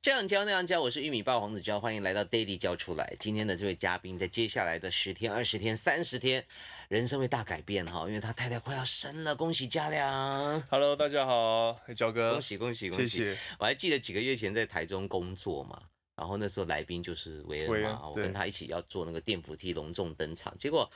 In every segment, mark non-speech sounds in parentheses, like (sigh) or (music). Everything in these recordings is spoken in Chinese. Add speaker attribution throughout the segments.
Speaker 1: 这样教那样教，我是玉米爸黄子教，欢迎来到 Daily 教出来。今天的这位嘉宾，在接下来的十天、二十天、三十天，人生会大改变哈，因为他太太快要生了，恭喜嘉良！
Speaker 2: Hello，大家好，嘿哎焦哥，
Speaker 1: 恭喜恭喜恭
Speaker 2: 谢
Speaker 1: 喜！
Speaker 2: 呃谢。
Speaker 1: 我还记得几个月前在台中工作嘛，然后那时候来宾就是维
Speaker 2: 维
Speaker 1: 恩
Speaker 2: 恩
Speaker 1: 嘛，我
Speaker 2: 对
Speaker 1: 跟他一起要坐那个电扶梯隆重登场，结果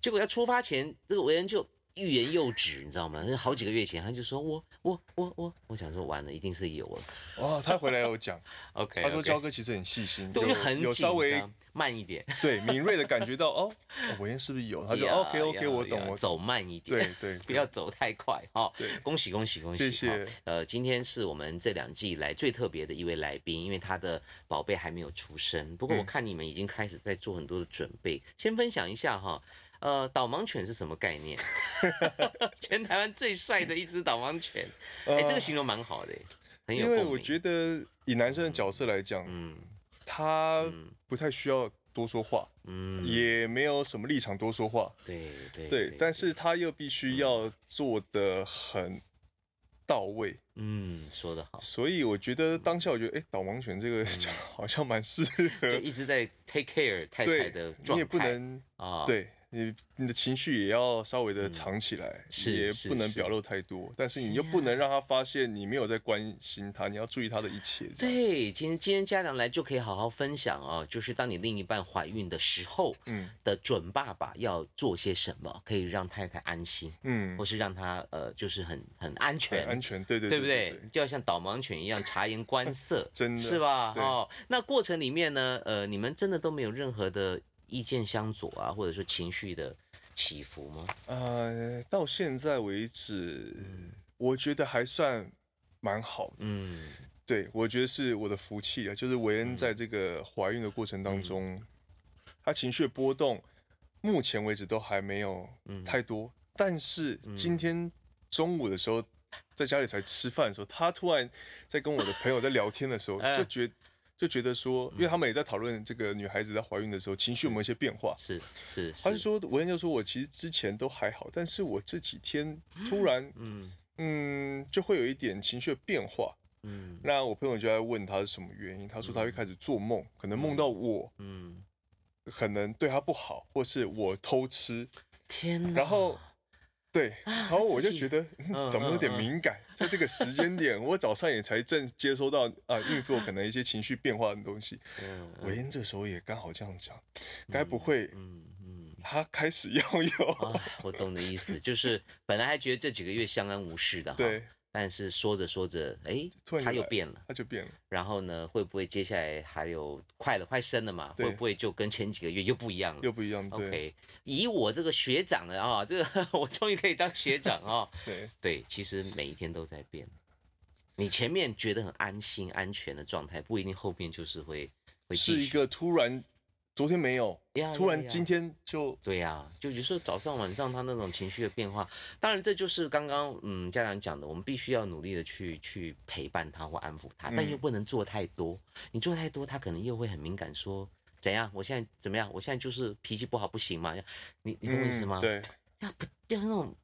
Speaker 1: 结果要出发前，这个维恩就欲言又止，你知道吗？那好几个月前他就说我我我我，我想说完了，一定是有了。
Speaker 2: 哇，哦他回来
Speaker 1: (laughs)
Speaker 2: 有讲，
Speaker 1: 哎 OK，
Speaker 2: 他说焦哥其实很细心，
Speaker 1: 对，我
Speaker 2: 有
Speaker 1: 就很
Speaker 2: 有稍
Speaker 1: 紧
Speaker 2: 微
Speaker 1: 张，慢一点。
Speaker 2: 对敏锐的感觉到哦，哦我燕是不是有？
Speaker 1: (laughs)
Speaker 2: 他就
Speaker 1: Yeah，
Speaker 2: OK OK，
Speaker 1: yeah，
Speaker 2: 我懂
Speaker 1: yeah，
Speaker 2: 我懂。
Speaker 1: 走慢一点。
Speaker 2: 对对，
Speaker 1: 不要走太快哈、哦
Speaker 2: 对！
Speaker 1: 恭喜恭喜恭喜！
Speaker 2: 谢谢
Speaker 1: 哈呃，今天是我们这两季以来最特别的一位来宾，因为他的宝贝还没有出生。不过我
Speaker 2: 嗯
Speaker 1: 看你们已经开始在做很多的准备，先分享一下哈。呃，导盲犬是什么概念？ (laughs) 全台湾最帅的一只导盲
Speaker 2: (laughs)
Speaker 1: 犬，哎、这个形容蛮好的，很有
Speaker 2: 呃因
Speaker 1: 共
Speaker 2: 为
Speaker 1: 鸣。
Speaker 2: 我觉得以男生的角色来讲，
Speaker 1: 嗯
Speaker 2: 他
Speaker 1: 嗯
Speaker 2: 不太需要多说话，
Speaker 1: 嗯，
Speaker 2: 也没有什么立场多说话，
Speaker 1: 对对
Speaker 2: 对，但是他又必须要做的很到位，
Speaker 1: 嗯，说得好，
Speaker 2: 所以我觉得当下我觉得，哎，导盲犬这个 (laughs) 好像蛮适合
Speaker 1: 嗯就，一直在 take care 太太的
Speaker 2: 对
Speaker 1: 状，态，
Speaker 2: 你也不能
Speaker 1: 啊，嗯
Speaker 2: 对你，你的情绪也要稍微的藏起来，
Speaker 1: 是是
Speaker 2: 也不能
Speaker 1: 是啊
Speaker 2: 表露太多，但是你又不能让他发现你没有在关心他，你要注意他的一切。这样，
Speaker 1: 对，今天今天家长来就可以好好分享哦，就是当你另一半怀孕的时候
Speaker 2: 嗯
Speaker 1: 的准爸爸要做些什么，可以让太太安心，
Speaker 2: 嗯
Speaker 1: 或，是让她呃就是很很安全，
Speaker 2: 很安全，对对
Speaker 1: 对不
Speaker 2: 对，
Speaker 1: 对？就要像导盲犬一样察言观色
Speaker 2: (laughs) 真的
Speaker 1: 是吧？
Speaker 2: 对
Speaker 1: 哦，那过程里面呢，呃，你们真的都没有任何的意见相左啊，或者说情绪的起伏吗？
Speaker 2: 呃，到现在为止，我觉得还算蛮好的。
Speaker 1: 嗯，
Speaker 2: 对，我觉得是我的福气了，就是韦恩在这个怀孕的过程
Speaker 1: 嗯
Speaker 2: 当中，他情绪的波动，目前为止都还没有
Speaker 1: 嗯
Speaker 2: 太多。但是今天中午的时候，在家里才吃饭的时候，他突然在跟我的朋友在聊天的时候，
Speaker 1: (laughs) 哎嗯
Speaker 2: 就觉就觉得说，因为他们也在讨论这个女孩子在怀孕的时候情绪有没有一些变化。
Speaker 1: 是是嗯是，
Speaker 2: 他就说，韦恩就说我其实之前都还好，但是我这几天突然，
Speaker 1: 嗯
Speaker 2: 嗯，就会有一点情绪的变化。
Speaker 1: 嗯
Speaker 2: 那我朋友就在问他是什么原因，他说他会开始做梦，可能梦到我
Speaker 1: 嗯，
Speaker 2: 可能对他不好，或是我偷吃，
Speaker 1: 天哪，啊
Speaker 2: 然后对，然后我就觉得、
Speaker 1: 嗯
Speaker 2: 嗯、怎么有点
Speaker 1: 嗯嗯
Speaker 2: 敏感，在这个时间 (laughs) 点，我早上也才正接收到啊、孕妇可能一些情绪变化的东西。
Speaker 1: 嗯
Speaker 2: 韦恩这时候也刚好这样讲，该不会
Speaker 1: 嗯嗯。
Speaker 2: (laughs) 他开始要有？ (laughs)
Speaker 1: 啊，我懂你的意思，就是本来还觉得这几个月相安无事的，，
Speaker 2: 对，
Speaker 1: 但是说着说着，哎
Speaker 2: 突，然
Speaker 1: 他
Speaker 2: 就
Speaker 1: 又
Speaker 2: 来
Speaker 1: 变了。
Speaker 2: 他就变了。
Speaker 1: 然后呢，会不会接下来还有快了，快生了嘛？
Speaker 2: 对
Speaker 1: 会不会就跟前几个月又不一样了
Speaker 2: 又？不一样，对
Speaker 1: OK，以我这个学长的啊、这个 (laughs) 我终于可以当学长啊、 (laughs)
Speaker 2: 对，
Speaker 1: 对，其实每一天都在变。你前面觉得很安心、安全的状态，不一定后面就是会会继
Speaker 2: 是一
Speaker 1: 续
Speaker 2: 个突然，昨天没啊有
Speaker 1: 呀，
Speaker 2: 突
Speaker 1: 呀
Speaker 2: 然
Speaker 1: 呀
Speaker 2: 今天就
Speaker 1: 对呀、就有时候早上晚上他那种情绪的变化，当然这就是刚刚嗯家长讲的，我们必须要努力的去去陪伴他或安抚他，但
Speaker 2: 嗯
Speaker 1: 又不能做太多。你做太多，他可能又会很敏感说，怎样？我现在怎么样？我现在就是脾气不好，不行嘛？你你懂我意思
Speaker 2: 嗯
Speaker 1: 吗？，
Speaker 2: 对。
Speaker 1: 要不要那种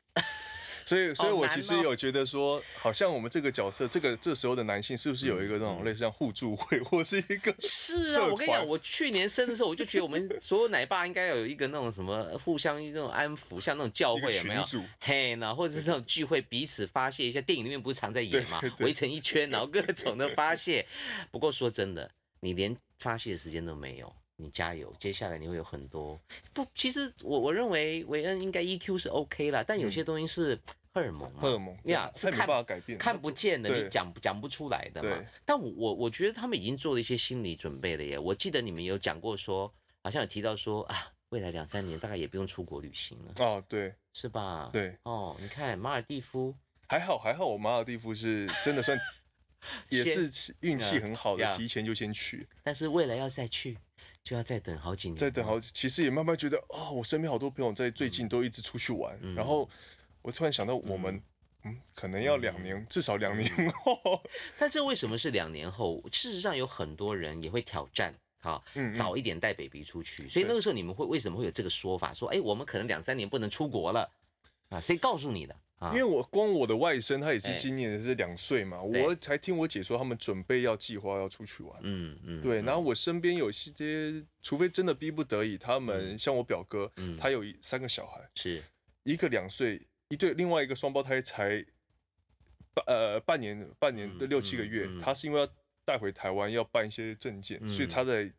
Speaker 2: 所以，所以
Speaker 1: 好
Speaker 2: 我
Speaker 1: 难
Speaker 2: 其实
Speaker 1: 哦
Speaker 2: 有觉得说，好像我们这个角色，这个这时候的男性，是不是有一个那
Speaker 1: 嗯
Speaker 2: 种类似像互助会，或是一个
Speaker 1: 是啊，
Speaker 2: 社
Speaker 1: 我跟你讲，
Speaker 2: 团
Speaker 1: 我去年生的时候，我就觉得我们所有奶爸应该要有一个那种什么互相那种安抚，像那种教
Speaker 2: 一个
Speaker 1: 会有没
Speaker 2: 群
Speaker 1: 有？啊
Speaker 2: 组？
Speaker 1: 嘿，然后或者是那种聚会，彼此发泄一下。电影里面不是常在演嘛
Speaker 2: 对对，对
Speaker 1: 围成一圈，然后各种的发泄。不过说真的，你连发泄的时间都没有，你加油，接下来你会有很多不。其实我我认为韦恩应该 EQ 是 OK 啦，但有些东西是荷尔蒙嘛，
Speaker 2: 嗯荷尔蒙
Speaker 1: 呀，是
Speaker 2: 他没办
Speaker 1: 看
Speaker 2: 法改变，
Speaker 1: 看不见的，
Speaker 2: 对
Speaker 1: 你讲讲不出来的嘛
Speaker 2: 对。
Speaker 1: 但我我我觉得他们已经做了一些心理准备了耶。我记得你们有讲过说，好像有提到说啊，未来两三年大概也不用出国旅行了，
Speaker 2: 哦，对
Speaker 1: 是吧？。
Speaker 2: 对，
Speaker 1: 哦，你看马尔蒂夫
Speaker 2: 还好还好，我马尔蒂夫是真
Speaker 1: (laughs)
Speaker 2: 的算也是运气很好
Speaker 1: 嗯呀嗯
Speaker 2: 的，
Speaker 1: 呀
Speaker 2: 提前就先去，
Speaker 1: 但是未来要再去，就要再等好几年。
Speaker 2: 再等。好，其实也慢慢觉得，哦，我身边好多朋友在最
Speaker 1: 嗯
Speaker 2: 近都一直出去玩，然后我突然想到我们。嗯，可能要两年，至少两
Speaker 1: 嗯
Speaker 2: 年后。
Speaker 1: 但这为什么是两年后？事实上有很多人也会挑战。啊，
Speaker 2: 嗯嗯
Speaker 1: 早一点带 baby 出去，所以那个时候你们会为什么会有这个说法？说，哎，我们可能两三年不能出国了，啊，谁告诉你的？啊
Speaker 2: 因为我光我的外甥他也是
Speaker 1: 哎
Speaker 2: 今年是两岁嘛，
Speaker 1: 对
Speaker 2: 我才听我姐说他们准备要计划要出去玩。
Speaker 1: 嗯嗯，
Speaker 2: 对，
Speaker 1: 嗯
Speaker 2: 然后我身边有一些，除非真的逼不得已，他们像我表哥，
Speaker 1: 嗯
Speaker 2: 他有一三个小孩，
Speaker 1: 是
Speaker 2: 一个两岁，一对，另外一个双胞胎才半呃半年半年
Speaker 1: 嗯
Speaker 2: 的六七个月
Speaker 1: 嗯嗯，
Speaker 2: 他是因为要带回台湾要办一些证件，所以
Speaker 1: 嗯
Speaker 2: 他在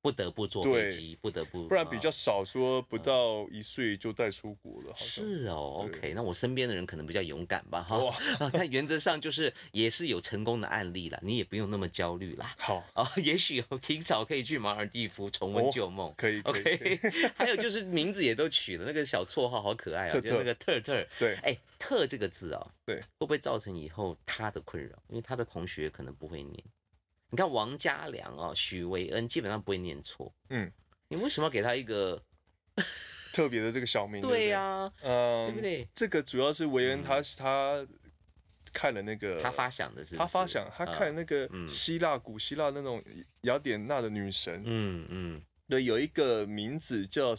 Speaker 1: 不得不坐飞
Speaker 2: 对
Speaker 1: 机，不得不，
Speaker 2: 不然比
Speaker 1: 啊
Speaker 2: 较少说不到一岁就带出国了，好像
Speaker 1: 是哦
Speaker 2: 对
Speaker 1: ，OK，那我身边的人可能比较勇敢吧，哈
Speaker 2: 哇，
Speaker 1: 啊但原则上就是也是有成功的案例啦，你也不用那么焦虑啦。
Speaker 2: 好，
Speaker 1: 啊， (laughs) 也许有挺早可以去马尔地夫重温
Speaker 2: 哦
Speaker 1: 旧梦。
Speaker 2: 可 (laughs) 以可以可以
Speaker 1: OK，还有就是名字也都取了，那个小绰号好可爱啊，
Speaker 2: 特
Speaker 1: 就那
Speaker 2: 特
Speaker 1: 个特特。
Speaker 2: 对，
Speaker 1: 哎，特这个字啊、
Speaker 2: 对
Speaker 1: 会不会造成以后他的困扰？因为他的同学可能不会念。你看王家良啊、许维恩基本上不会念错。
Speaker 2: 嗯，
Speaker 1: 你为什么要给他一个？
Speaker 2: 特别的这个小名，
Speaker 1: 对
Speaker 2: 呀，
Speaker 1: 呀、
Speaker 2: 嗯，
Speaker 1: 对不对？
Speaker 2: 这个主要是维恩他他看了那个
Speaker 1: 嗯他发想的是不
Speaker 2: 呃他发
Speaker 1: 是
Speaker 2: 想，他
Speaker 1: 啊
Speaker 2: 看那个
Speaker 1: 嗯
Speaker 2: 希腊古希腊那种雅典娜的女神，
Speaker 1: 嗯嗯
Speaker 2: 对，有一个名字叫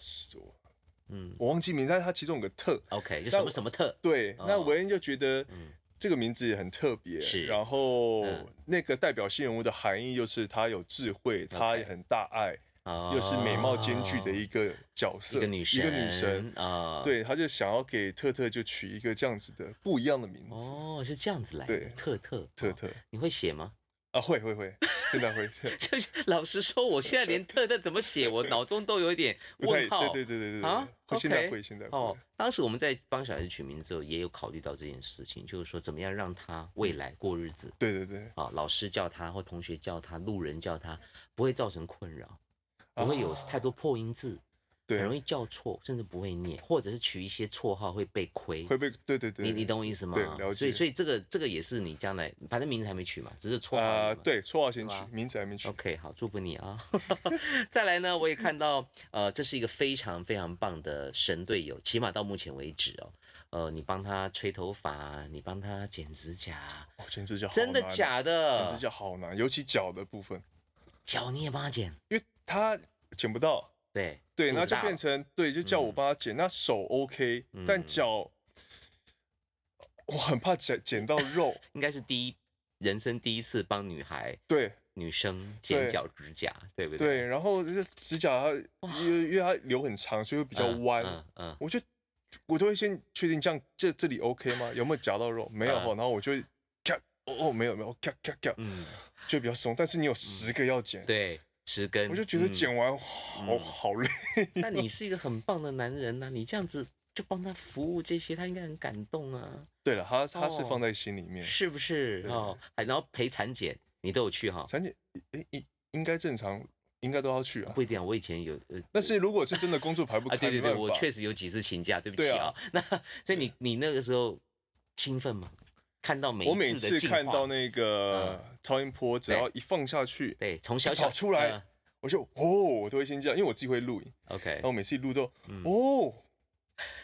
Speaker 1: 嗯
Speaker 2: 我忘记名字，但是它其中有个特，
Speaker 1: ，OK，就
Speaker 2: 那
Speaker 1: 什么
Speaker 2: 我
Speaker 1: 什么特，
Speaker 2: 对，那
Speaker 1: 哦
Speaker 2: 维恩就觉得
Speaker 1: 嗯
Speaker 2: 这个名字也很特别，
Speaker 1: 是
Speaker 2: 然后
Speaker 1: 嗯
Speaker 2: 那个代表性人物的含义就是他有智慧，他也很大爱，又是美貌兼具的一
Speaker 1: 哦
Speaker 2: 个角色，
Speaker 1: 一个女神，
Speaker 2: 一个女神，
Speaker 1: 啊，。
Speaker 2: 对，他就想要给特特就取一个这样子的不一样的名字，
Speaker 1: 哦，是这样子来的
Speaker 2: 对，
Speaker 1: 特特
Speaker 2: 特，
Speaker 1: 哦
Speaker 2: 特
Speaker 1: 你会写吗？
Speaker 2: 啊，会会会，现在会。
Speaker 1: (laughs) 就是老实说，我现在连特特怎么写，我脑中都有一点
Speaker 2: 不太
Speaker 1: 问号。
Speaker 2: 对对对对对
Speaker 1: 啊
Speaker 2: 对，现在
Speaker 1: OK
Speaker 2: 会现在会
Speaker 1: 哦，，当时我们在帮小孩子取名之后，也有考虑到这件事情，就是说怎么样让他未来过日子
Speaker 2: 对对对，
Speaker 1: 啊，老师叫他或同学叫他，路人叫他，不会造成困扰，不会有
Speaker 2: 啊
Speaker 1: 太多破音字，
Speaker 2: 对，
Speaker 1: 很容易叫错，甚至不会念，或者是取一些绰号会被亏。
Speaker 2: 会被对对对，
Speaker 1: 你你懂我意思吗？
Speaker 2: 对了
Speaker 1: 所以
Speaker 2: 解
Speaker 1: 所以这个这个也是你将来，反正名字还没取嘛，只是绰号而
Speaker 2: 啊
Speaker 1: 已嘛。
Speaker 2: 对，绰号先取
Speaker 1: 是吧，
Speaker 2: 名字还没取
Speaker 1: OK，好，祝福你啊！ (laughs) 再来呢，我也看到，呃，这是一个非常非常棒的神队友，起码到目前为止哦。呃，你帮他吹头发，你帮他剪指甲，
Speaker 2: 哦，剪指甲好
Speaker 1: 真的
Speaker 2: 难啊
Speaker 1: 假
Speaker 2: 剪指
Speaker 1: 的？
Speaker 2: 甲好难，尤其脚的部分，
Speaker 1: 脚你也帮他剪？
Speaker 2: 因为他剪不到，
Speaker 1: 对
Speaker 2: 对，
Speaker 1: 肚
Speaker 2: 那
Speaker 1: 子
Speaker 2: 就
Speaker 1: 大
Speaker 2: 变
Speaker 1: 了
Speaker 2: 成对，就叫我帮他剪，那手 OK，但
Speaker 1: 嗯
Speaker 2: 脚我很怕剪剪到肉，
Speaker 1: 应该是第一人生第一次帮女孩、
Speaker 2: 对
Speaker 1: 女生剪
Speaker 2: 对
Speaker 1: 脚指甲， (laughs) 对不
Speaker 2: 对，？然后这指甲它因为因为它留很长，所以会
Speaker 1: 比
Speaker 2: 比较弯，
Speaker 1: 嗯嗯，
Speaker 2: 我就我都会先确定这样这这里 OK 吗？有没有夹到肉？没有
Speaker 1: 啊
Speaker 2: 哈，然后我就会咔哦哦没有没有咔咔咔，
Speaker 1: 嗯
Speaker 2: 就比较松。但是你有十个要剪，
Speaker 1: 对，十根。
Speaker 2: 我就觉得
Speaker 1: 嗯
Speaker 2: 剪完好
Speaker 1: 嗯
Speaker 2: 好累。
Speaker 1: 那你是一个很棒的男人啊呐、你这样子就帮他服务这些，他应该很感动啊，
Speaker 2: 对了，他他是
Speaker 1: 哦
Speaker 2: 放在心里面。
Speaker 1: 是不是？
Speaker 2: 对
Speaker 1: 哦，还然后陪产检你都有去哈、
Speaker 2: 产检诶应应该正常，应该都要去啊
Speaker 1: 不。一定啊，我以前有呃。
Speaker 2: 但是如果是真的工作排不
Speaker 1: 啊，
Speaker 2: 开，
Speaker 1: 对对
Speaker 2: 没
Speaker 1: 对，
Speaker 2: 办
Speaker 1: 我
Speaker 2: 法
Speaker 1: 确实有几次请假，对不
Speaker 2: 对
Speaker 1: 起
Speaker 2: 啊
Speaker 1: 啊。那所以你你那个时候兴奋吗？看到每
Speaker 2: 我每
Speaker 1: 一次的
Speaker 2: 次
Speaker 1: 进化，
Speaker 2: 看到那个超音波，只
Speaker 1: 对
Speaker 2: 要一放下去，
Speaker 1: 对，从小
Speaker 2: 跑
Speaker 1: 小
Speaker 2: 出来
Speaker 1: 嗯
Speaker 2: 我就哦，我都会先这样，因为我自己会录影，
Speaker 1: OK，
Speaker 2: 然后每次一录都
Speaker 1: 嗯
Speaker 2: 哦，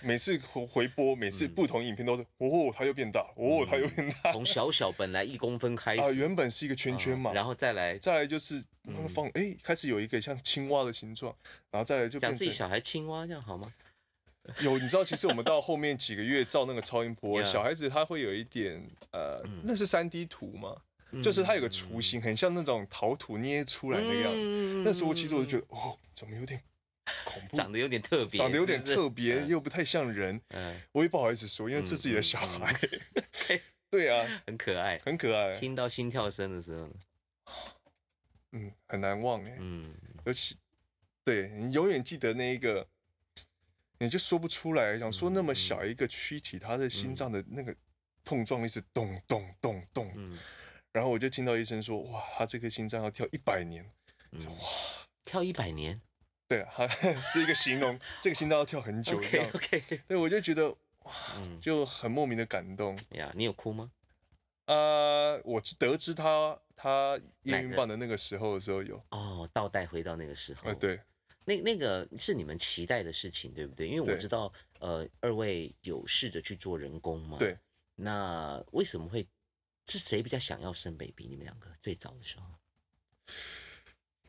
Speaker 2: 每次回回播，每次
Speaker 1: 嗯
Speaker 2: 不同影片都是哦，它又变大，哦，它又变大
Speaker 1: 从小小本来一公分开始，
Speaker 2: 啊，原本是一个圈
Speaker 1: 嗯
Speaker 2: 圈嘛，
Speaker 1: 然后再来
Speaker 2: 再来就是慢慢
Speaker 1: 嗯
Speaker 2: 放，哎，开始有一个像青蛙的形状，然后再来就
Speaker 1: 讲
Speaker 2: 变
Speaker 1: 自己
Speaker 2: 成
Speaker 1: 小孩青蛙，这样好吗？
Speaker 2: 有，你知道，其实我们到后面几个月照那个超音波，
Speaker 1: Yeah 嗯
Speaker 2: 小孩子他会有一点呃，那是三 D 图嘛，就是它有个雏形，很像那种陶土捏出来那个样子。
Speaker 1: 嗯
Speaker 2: 那时候其实我就觉
Speaker 1: 得
Speaker 2: 得，哦，怎么有点恐怖，
Speaker 1: 长得有点特别，
Speaker 2: 长得有点
Speaker 1: 是不是
Speaker 2: 特别，
Speaker 1: 嗯
Speaker 2: 又不太像人。
Speaker 1: 嗯，
Speaker 2: 我也不好意思说，因为这是自己的小孩。 (laughs) 对啊，
Speaker 1: 很可
Speaker 2: (laughs)
Speaker 1: 爱。
Speaker 2: 很可爱，
Speaker 1: 听到心跳声的时候，
Speaker 2: 嗯，很难忘哎、
Speaker 1: 嗯，
Speaker 2: 尤其对你永远记得那一个，你就说不出来，想说那么
Speaker 1: 嗯
Speaker 2: 小一个躯体，它的心脏的那个碰撞力是咚咚咚咚。
Speaker 1: 嗯
Speaker 2: 然后我就听到医生说，哇，他这个心脏要跳一百年。
Speaker 1: 嗯，跳一百年
Speaker 2: 对了，他 (laughs) 这个形容，这个心脏要跳很久这
Speaker 1: ，OK
Speaker 2: 样。 (laughs)
Speaker 1: OK，
Speaker 2: 对，我就觉得
Speaker 1: (laughs) 嗯，
Speaker 2: 就很莫名的感动。
Speaker 1: 呀，你有哭吗？
Speaker 2: 呃，我知得知他他
Speaker 1: 哪
Speaker 2: 验孕
Speaker 1: 个
Speaker 2: 棒的那个时候的时候有，
Speaker 1: 哦，倒带回到那个时候，
Speaker 2: 啊，，对，
Speaker 1: 那那个是你们期待的事情，对不对？因为我
Speaker 2: 对
Speaker 1: 知道，呃，二位有试着去做人工嘛，
Speaker 2: 对。
Speaker 1: 那为什么会是谁比较想要生 baby？你们两个最早的时候，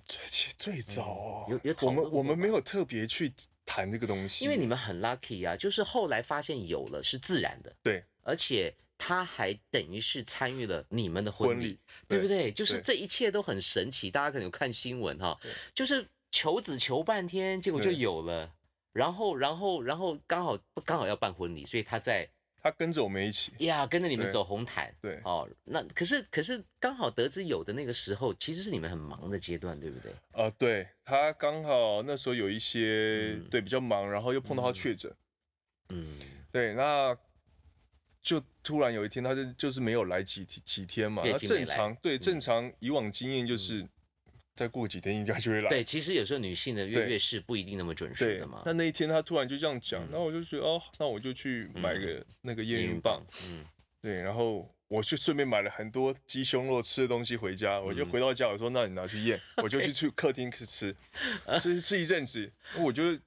Speaker 2: 最其实最早哦，
Speaker 1: 嗯
Speaker 2: 哦
Speaker 1: 有有讨
Speaker 2: 我
Speaker 1: 论
Speaker 2: 们
Speaker 1: 过
Speaker 2: 我们没
Speaker 1: 吗
Speaker 2: 有特别去谈这个东西，
Speaker 1: 因为你们很 lucky 啊，就是后来发现有了是自然的，
Speaker 2: 对，
Speaker 1: 而且他还等于是参与了你们的
Speaker 2: 婚
Speaker 1: 婚礼
Speaker 2: 礼，
Speaker 1: 对不对？就是
Speaker 2: 对
Speaker 1: 这一切都很神奇，大家可能有看新闻哈
Speaker 2: 对，
Speaker 1: 就是求子求半天，结果就
Speaker 2: 对
Speaker 1: 有了，然后然后然后刚好刚好要办婚礼，所以他在
Speaker 2: 他跟着我们一起，
Speaker 1: 呀跟着你们
Speaker 2: 对
Speaker 1: 走红毯。
Speaker 2: 对，
Speaker 1: 哦，那可是可是刚好得知有的那个时候，其实是你们很忙的阶段，对不对？
Speaker 2: 呃，对他刚好那时候有一些、
Speaker 1: 嗯
Speaker 2: 对比较忙，然后又碰到他
Speaker 1: 嗯
Speaker 2: 确诊，
Speaker 1: 嗯
Speaker 2: 对，那就突然有一天他就就是没有来几几天嘛，
Speaker 1: 月
Speaker 2: 那
Speaker 1: 经没
Speaker 2: 正常
Speaker 1: 嗯
Speaker 2: 对正常以往经验就是、再过几天应该就会来，
Speaker 1: 对，其实有时候女性的月
Speaker 2: 对
Speaker 1: 月事不一定那么准时
Speaker 2: 对
Speaker 1: 的嘛。
Speaker 2: 那那一天他突然就这样讲
Speaker 1: 嗯，
Speaker 2: 那、我就觉得哦，那我就去买个、那个验
Speaker 1: 验
Speaker 2: 孕
Speaker 1: 孕
Speaker 2: 棒，，
Speaker 1: 嗯，
Speaker 2: 对，然后我就顺便买了很多鸡胸肉吃的东西回家，
Speaker 1: 嗯
Speaker 2: 我就回到家我说那你拿去验，我
Speaker 1: (laughs)
Speaker 2: 就去去客厅去吃，吃吃一阵子，我就因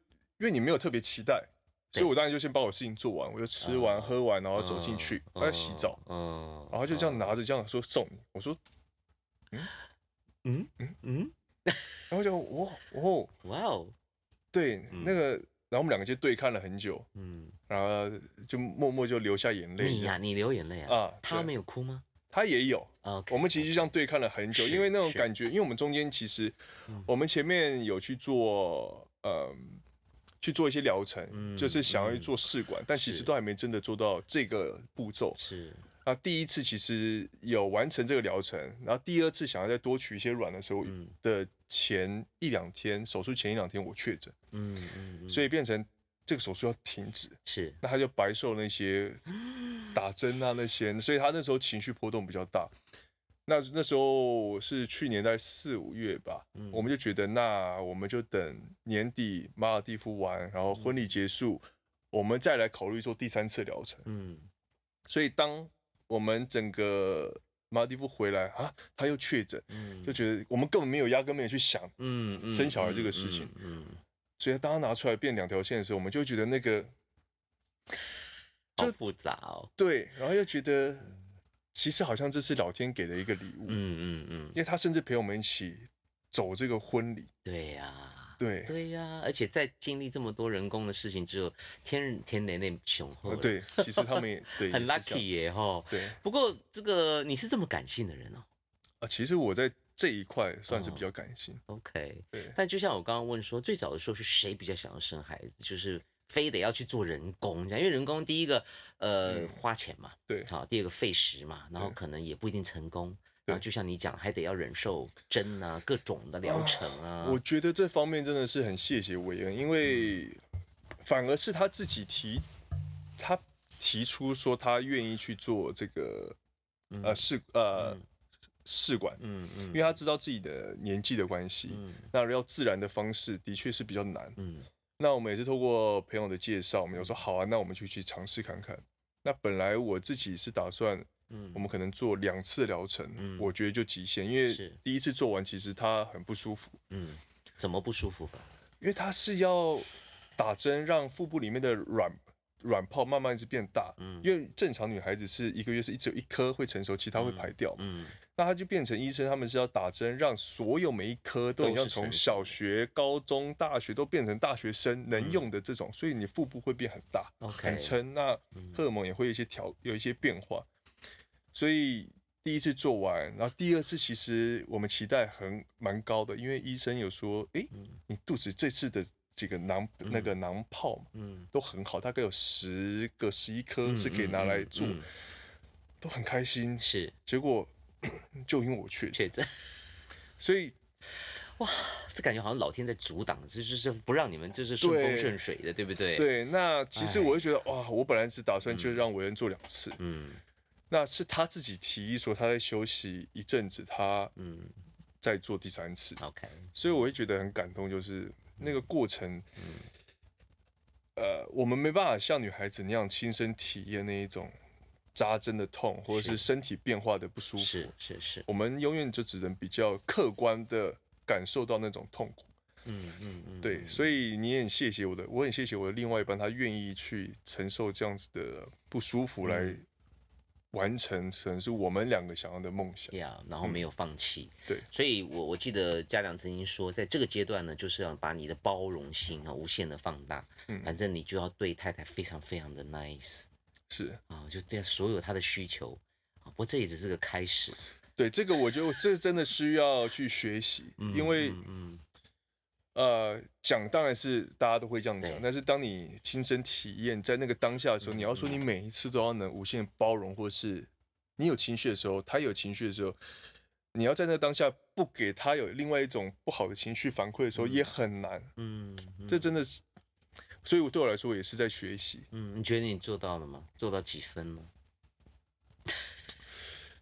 Speaker 2: 为你没有特别期待，所以我当然就先把我事情做完，我就吃完、
Speaker 1: 啊
Speaker 2: 喝完，然后走
Speaker 1: 嗯
Speaker 2: 进去，我在洗澡，，
Speaker 1: 嗯，
Speaker 2: 然后就这
Speaker 1: 嗯，
Speaker 2: 样拿着这样说送你，我说，
Speaker 1: 嗯嗯嗯，
Speaker 2: 然后就哇哦，
Speaker 1: 哇哦，
Speaker 2: 对
Speaker 1: 嗯
Speaker 2: 那个，然后我们两个就对看了很久，
Speaker 1: 嗯，
Speaker 2: 然后就默默就流下眼泪
Speaker 1: 你
Speaker 2: 这
Speaker 1: 呀，
Speaker 2: 样，
Speaker 1: 你流眼泪啊，
Speaker 2: 啊，
Speaker 1: 他
Speaker 2: 对
Speaker 1: 没有哭吗
Speaker 2: 他也有，
Speaker 1: ？OK，
Speaker 2: 我们其实就这样对看了很久，
Speaker 1: 是
Speaker 2: 因为那种
Speaker 1: 是
Speaker 2: 感觉，因为我们中间其实
Speaker 1: 嗯，
Speaker 2: 我们前面有去做，呃，去做一些疗程，
Speaker 1: 嗯
Speaker 2: 就是想要去做试管，但其实
Speaker 1: 是
Speaker 2: 都还没真的做到这个步骤。
Speaker 1: 是，
Speaker 2: 那第一次其实有完成这个疗程，然后第二次想要再多取一些卵的时候
Speaker 1: 嗯
Speaker 2: 的前一两天，手术前一两天我确诊，
Speaker 1: 嗯嗯，嗯
Speaker 2: 所以变成这个手术要停止，
Speaker 1: 是，
Speaker 2: 那他就白受那些打针啊那些，所以他那时候情绪波动比较大。那那时候是去年在四五月吧，
Speaker 1: 嗯
Speaker 2: 我们就觉得那我们就等年底马尔蒂夫完，然后婚礼结束，我们再来考虑做第三次疗程。
Speaker 1: 嗯
Speaker 2: 所以当我们整个马尔蒂夫回来啊，他又确诊，
Speaker 1: 嗯，
Speaker 2: 就觉得我们根本没有压根没有去想，
Speaker 1: 嗯嗯
Speaker 2: 生小孩这个
Speaker 1: 嗯
Speaker 2: 事情
Speaker 1: 嗯，嗯
Speaker 2: 所以当他拿出来变两条线的时候，我们就觉得那个
Speaker 1: 好复杂哦，
Speaker 2: 对，然后又觉得其实好像这是老天给的一个礼物，
Speaker 1: 嗯嗯
Speaker 2: 因
Speaker 1: 嗯，
Speaker 2: 为他甚至陪我们一起走这个婚礼，
Speaker 1: 对呀。
Speaker 2: 对，
Speaker 1: 对呀、而且在经历这么多人工的事情之后，天天雷那雄厚
Speaker 2: 呃
Speaker 1: 了，， (laughs)
Speaker 2: 对，其实他们也对，
Speaker 1: 很
Speaker 2: 也是这
Speaker 1: lucky
Speaker 2: 样
Speaker 1: 耶哈。
Speaker 2: 对啊、
Speaker 1: 不过这个你是这么感性的人哦
Speaker 2: 呃其实我在这一块算
Speaker 1: 嗯
Speaker 2: 是比较感性，
Speaker 1: ，OK。
Speaker 2: 对，
Speaker 1: 但就像我刚刚问说，最早的时候是谁比较想要生孩子，就是非得要去做人工这样，因为人工第一个呃、
Speaker 2: 嗯
Speaker 1: 花钱嘛，
Speaker 2: 对
Speaker 1: 好，第二个费时嘛，然后
Speaker 2: 对
Speaker 1: 可能也不一定成功。然后
Speaker 2: 对哦
Speaker 1: 就像你讲，还得要忍受针啊、各种的疗程啊。
Speaker 2: 我觉得这方面真的是很谢谢韦恩，因为
Speaker 1: 嗯
Speaker 2: 反而是他自己提，他提出说他愿意去做这个呃
Speaker 1: 嗯
Speaker 2: 试呃
Speaker 1: 嗯
Speaker 2: 试管，
Speaker 1: 嗯嗯，
Speaker 2: 因为他知道自己的年纪的关系，
Speaker 1: 嗯
Speaker 2: 那要自然的方式的确是比较难。
Speaker 1: 嗯
Speaker 2: 那我们也是透过朋友的介绍，我们有说好啊，那我们就去尝试看看。那本来我自己是打算，
Speaker 1: 嗯，
Speaker 2: 我们可能做两次疗程，
Speaker 1: 嗯
Speaker 2: 我觉得就极限，因为
Speaker 1: 是
Speaker 2: 第一次做完其实他很不舒服，
Speaker 1: 嗯怎么不舒服法？
Speaker 2: 因为他是要打针让腹部里面的卵卵泡慢慢一直变大，
Speaker 1: 嗯
Speaker 2: 因为正常女孩子是一个月是只有一颗会成熟，其他会排掉嘛。
Speaker 1: 嗯
Speaker 2: 那他就变成医生，他们是要打针，让所有每一科都
Speaker 1: 都
Speaker 2: 一样，
Speaker 1: 是
Speaker 2: 从
Speaker 1: 成熟
Speaker 2: 小学、高中、大学都变成大学生能用的这种，所以你腹部会变很大、
Speaker 1: 嗯，OK，嗯
Speaker 2: 很撑，那荷尔蒙也会有一些调、有一些变化。所以第一次做完，然后第二次其实我们期待很蛮高的，因为医生有说，诶，
Speaker 1: 嗯
Speaker 2: 你肚子这次的这个囊那个囊泡嘛
Speaker 1: 嗯，
Speaker 2: 都很好，大概有十个、十一颗
Speaker 1: 嗯
Speaker 2: 是可以
Speaker 1: 嗯
Speaker 2: 拿来
Speaker 1: 嗯
Speaker 2: 做，
Speaker 1: 嗯
Speaker 2: 都很开心。
Speaker 1: 是
Speaker 2: 结果 (clears throat) 就因为我确诊。
Speaker 1: 确诊，
Speaker 2: 所以
Speaker 1: 这感觉好像老天在阻挡，就是就是不让你们就是顺风
Speaker 2: 对
Speaker 1: 顺水的，对不对？，
Speaker 2: 对，那其实
Speaker 1: 哎
Speaker 2: 我就觉得哇，我本来只打算就让韦恩做两次，
Speaker 1: 嗯
Speaker 2: 那是他自己提议说他在休息一阵子，他
Speaker 1: 嗯
Speaker 2: 再做第三次，
Speaker 1: ，OK，
Speaker 2: 所以我会觉得很感
Speaker 1: 嗯
Speaker 2: 动，就是那个过程，呃，我们没办法像女孩子那样亲身体验那一种扎针的痛，或者是
Speaker 1: 是
Speaker 2: 身体变化的不舒服
Speaker 1: 是，是是，
Speaker 2: 我们永远就只能比较客观的感受到那种痛苦。
Speaker 1: 嗯嗯嗯，
Speaker 2: 对，所以你也很谢谢我的，我很
Speaker 1: 嗯
Speaker 2: 谢谢我的另外一半，他愿意去承受这样子的不舒服来完成，可能是我们两个想要的梦想。
Speaker 1: 呀啊然后没有放弃。
Speaker 2: 嗯对，
Speaker 1: 所以我我记得嘉良曾经说，在这个阶段呢，就是要把你的包容心啊无限的放大，
Speaker 2: 嗯
Speaker 1: 反正你就要对太太非常非常的 nice
Speaker 2: 是
Speaker 1: 啊，就对所有她的需求啊。不过这也只是个开始，
Speaker 2: 对这个，我觉得这真的需要去学习，
Speaker 1: 嗯
Speaker 2: 因为
Speaker 1: 嗯嗯
Speaker 2: 呃，讲当然是大家都会这样
Speaker 1: 对嗯
Speaker 2: 讲，但是当你亲身体验在那个当下的时候，你要说你每一次都要能无限包容，或是你有情绪的时候，他有情绪的时候，你要在那个当下不给他有另外一种不好的情绪反馈的时候，也很难。
Speaker 1: 嗯，嗯
Speaker 2: 这真的是，所以我对我来说，我也是在学习。
Speaker 1: 嗯，你觉得你做到了吗？做到几分了？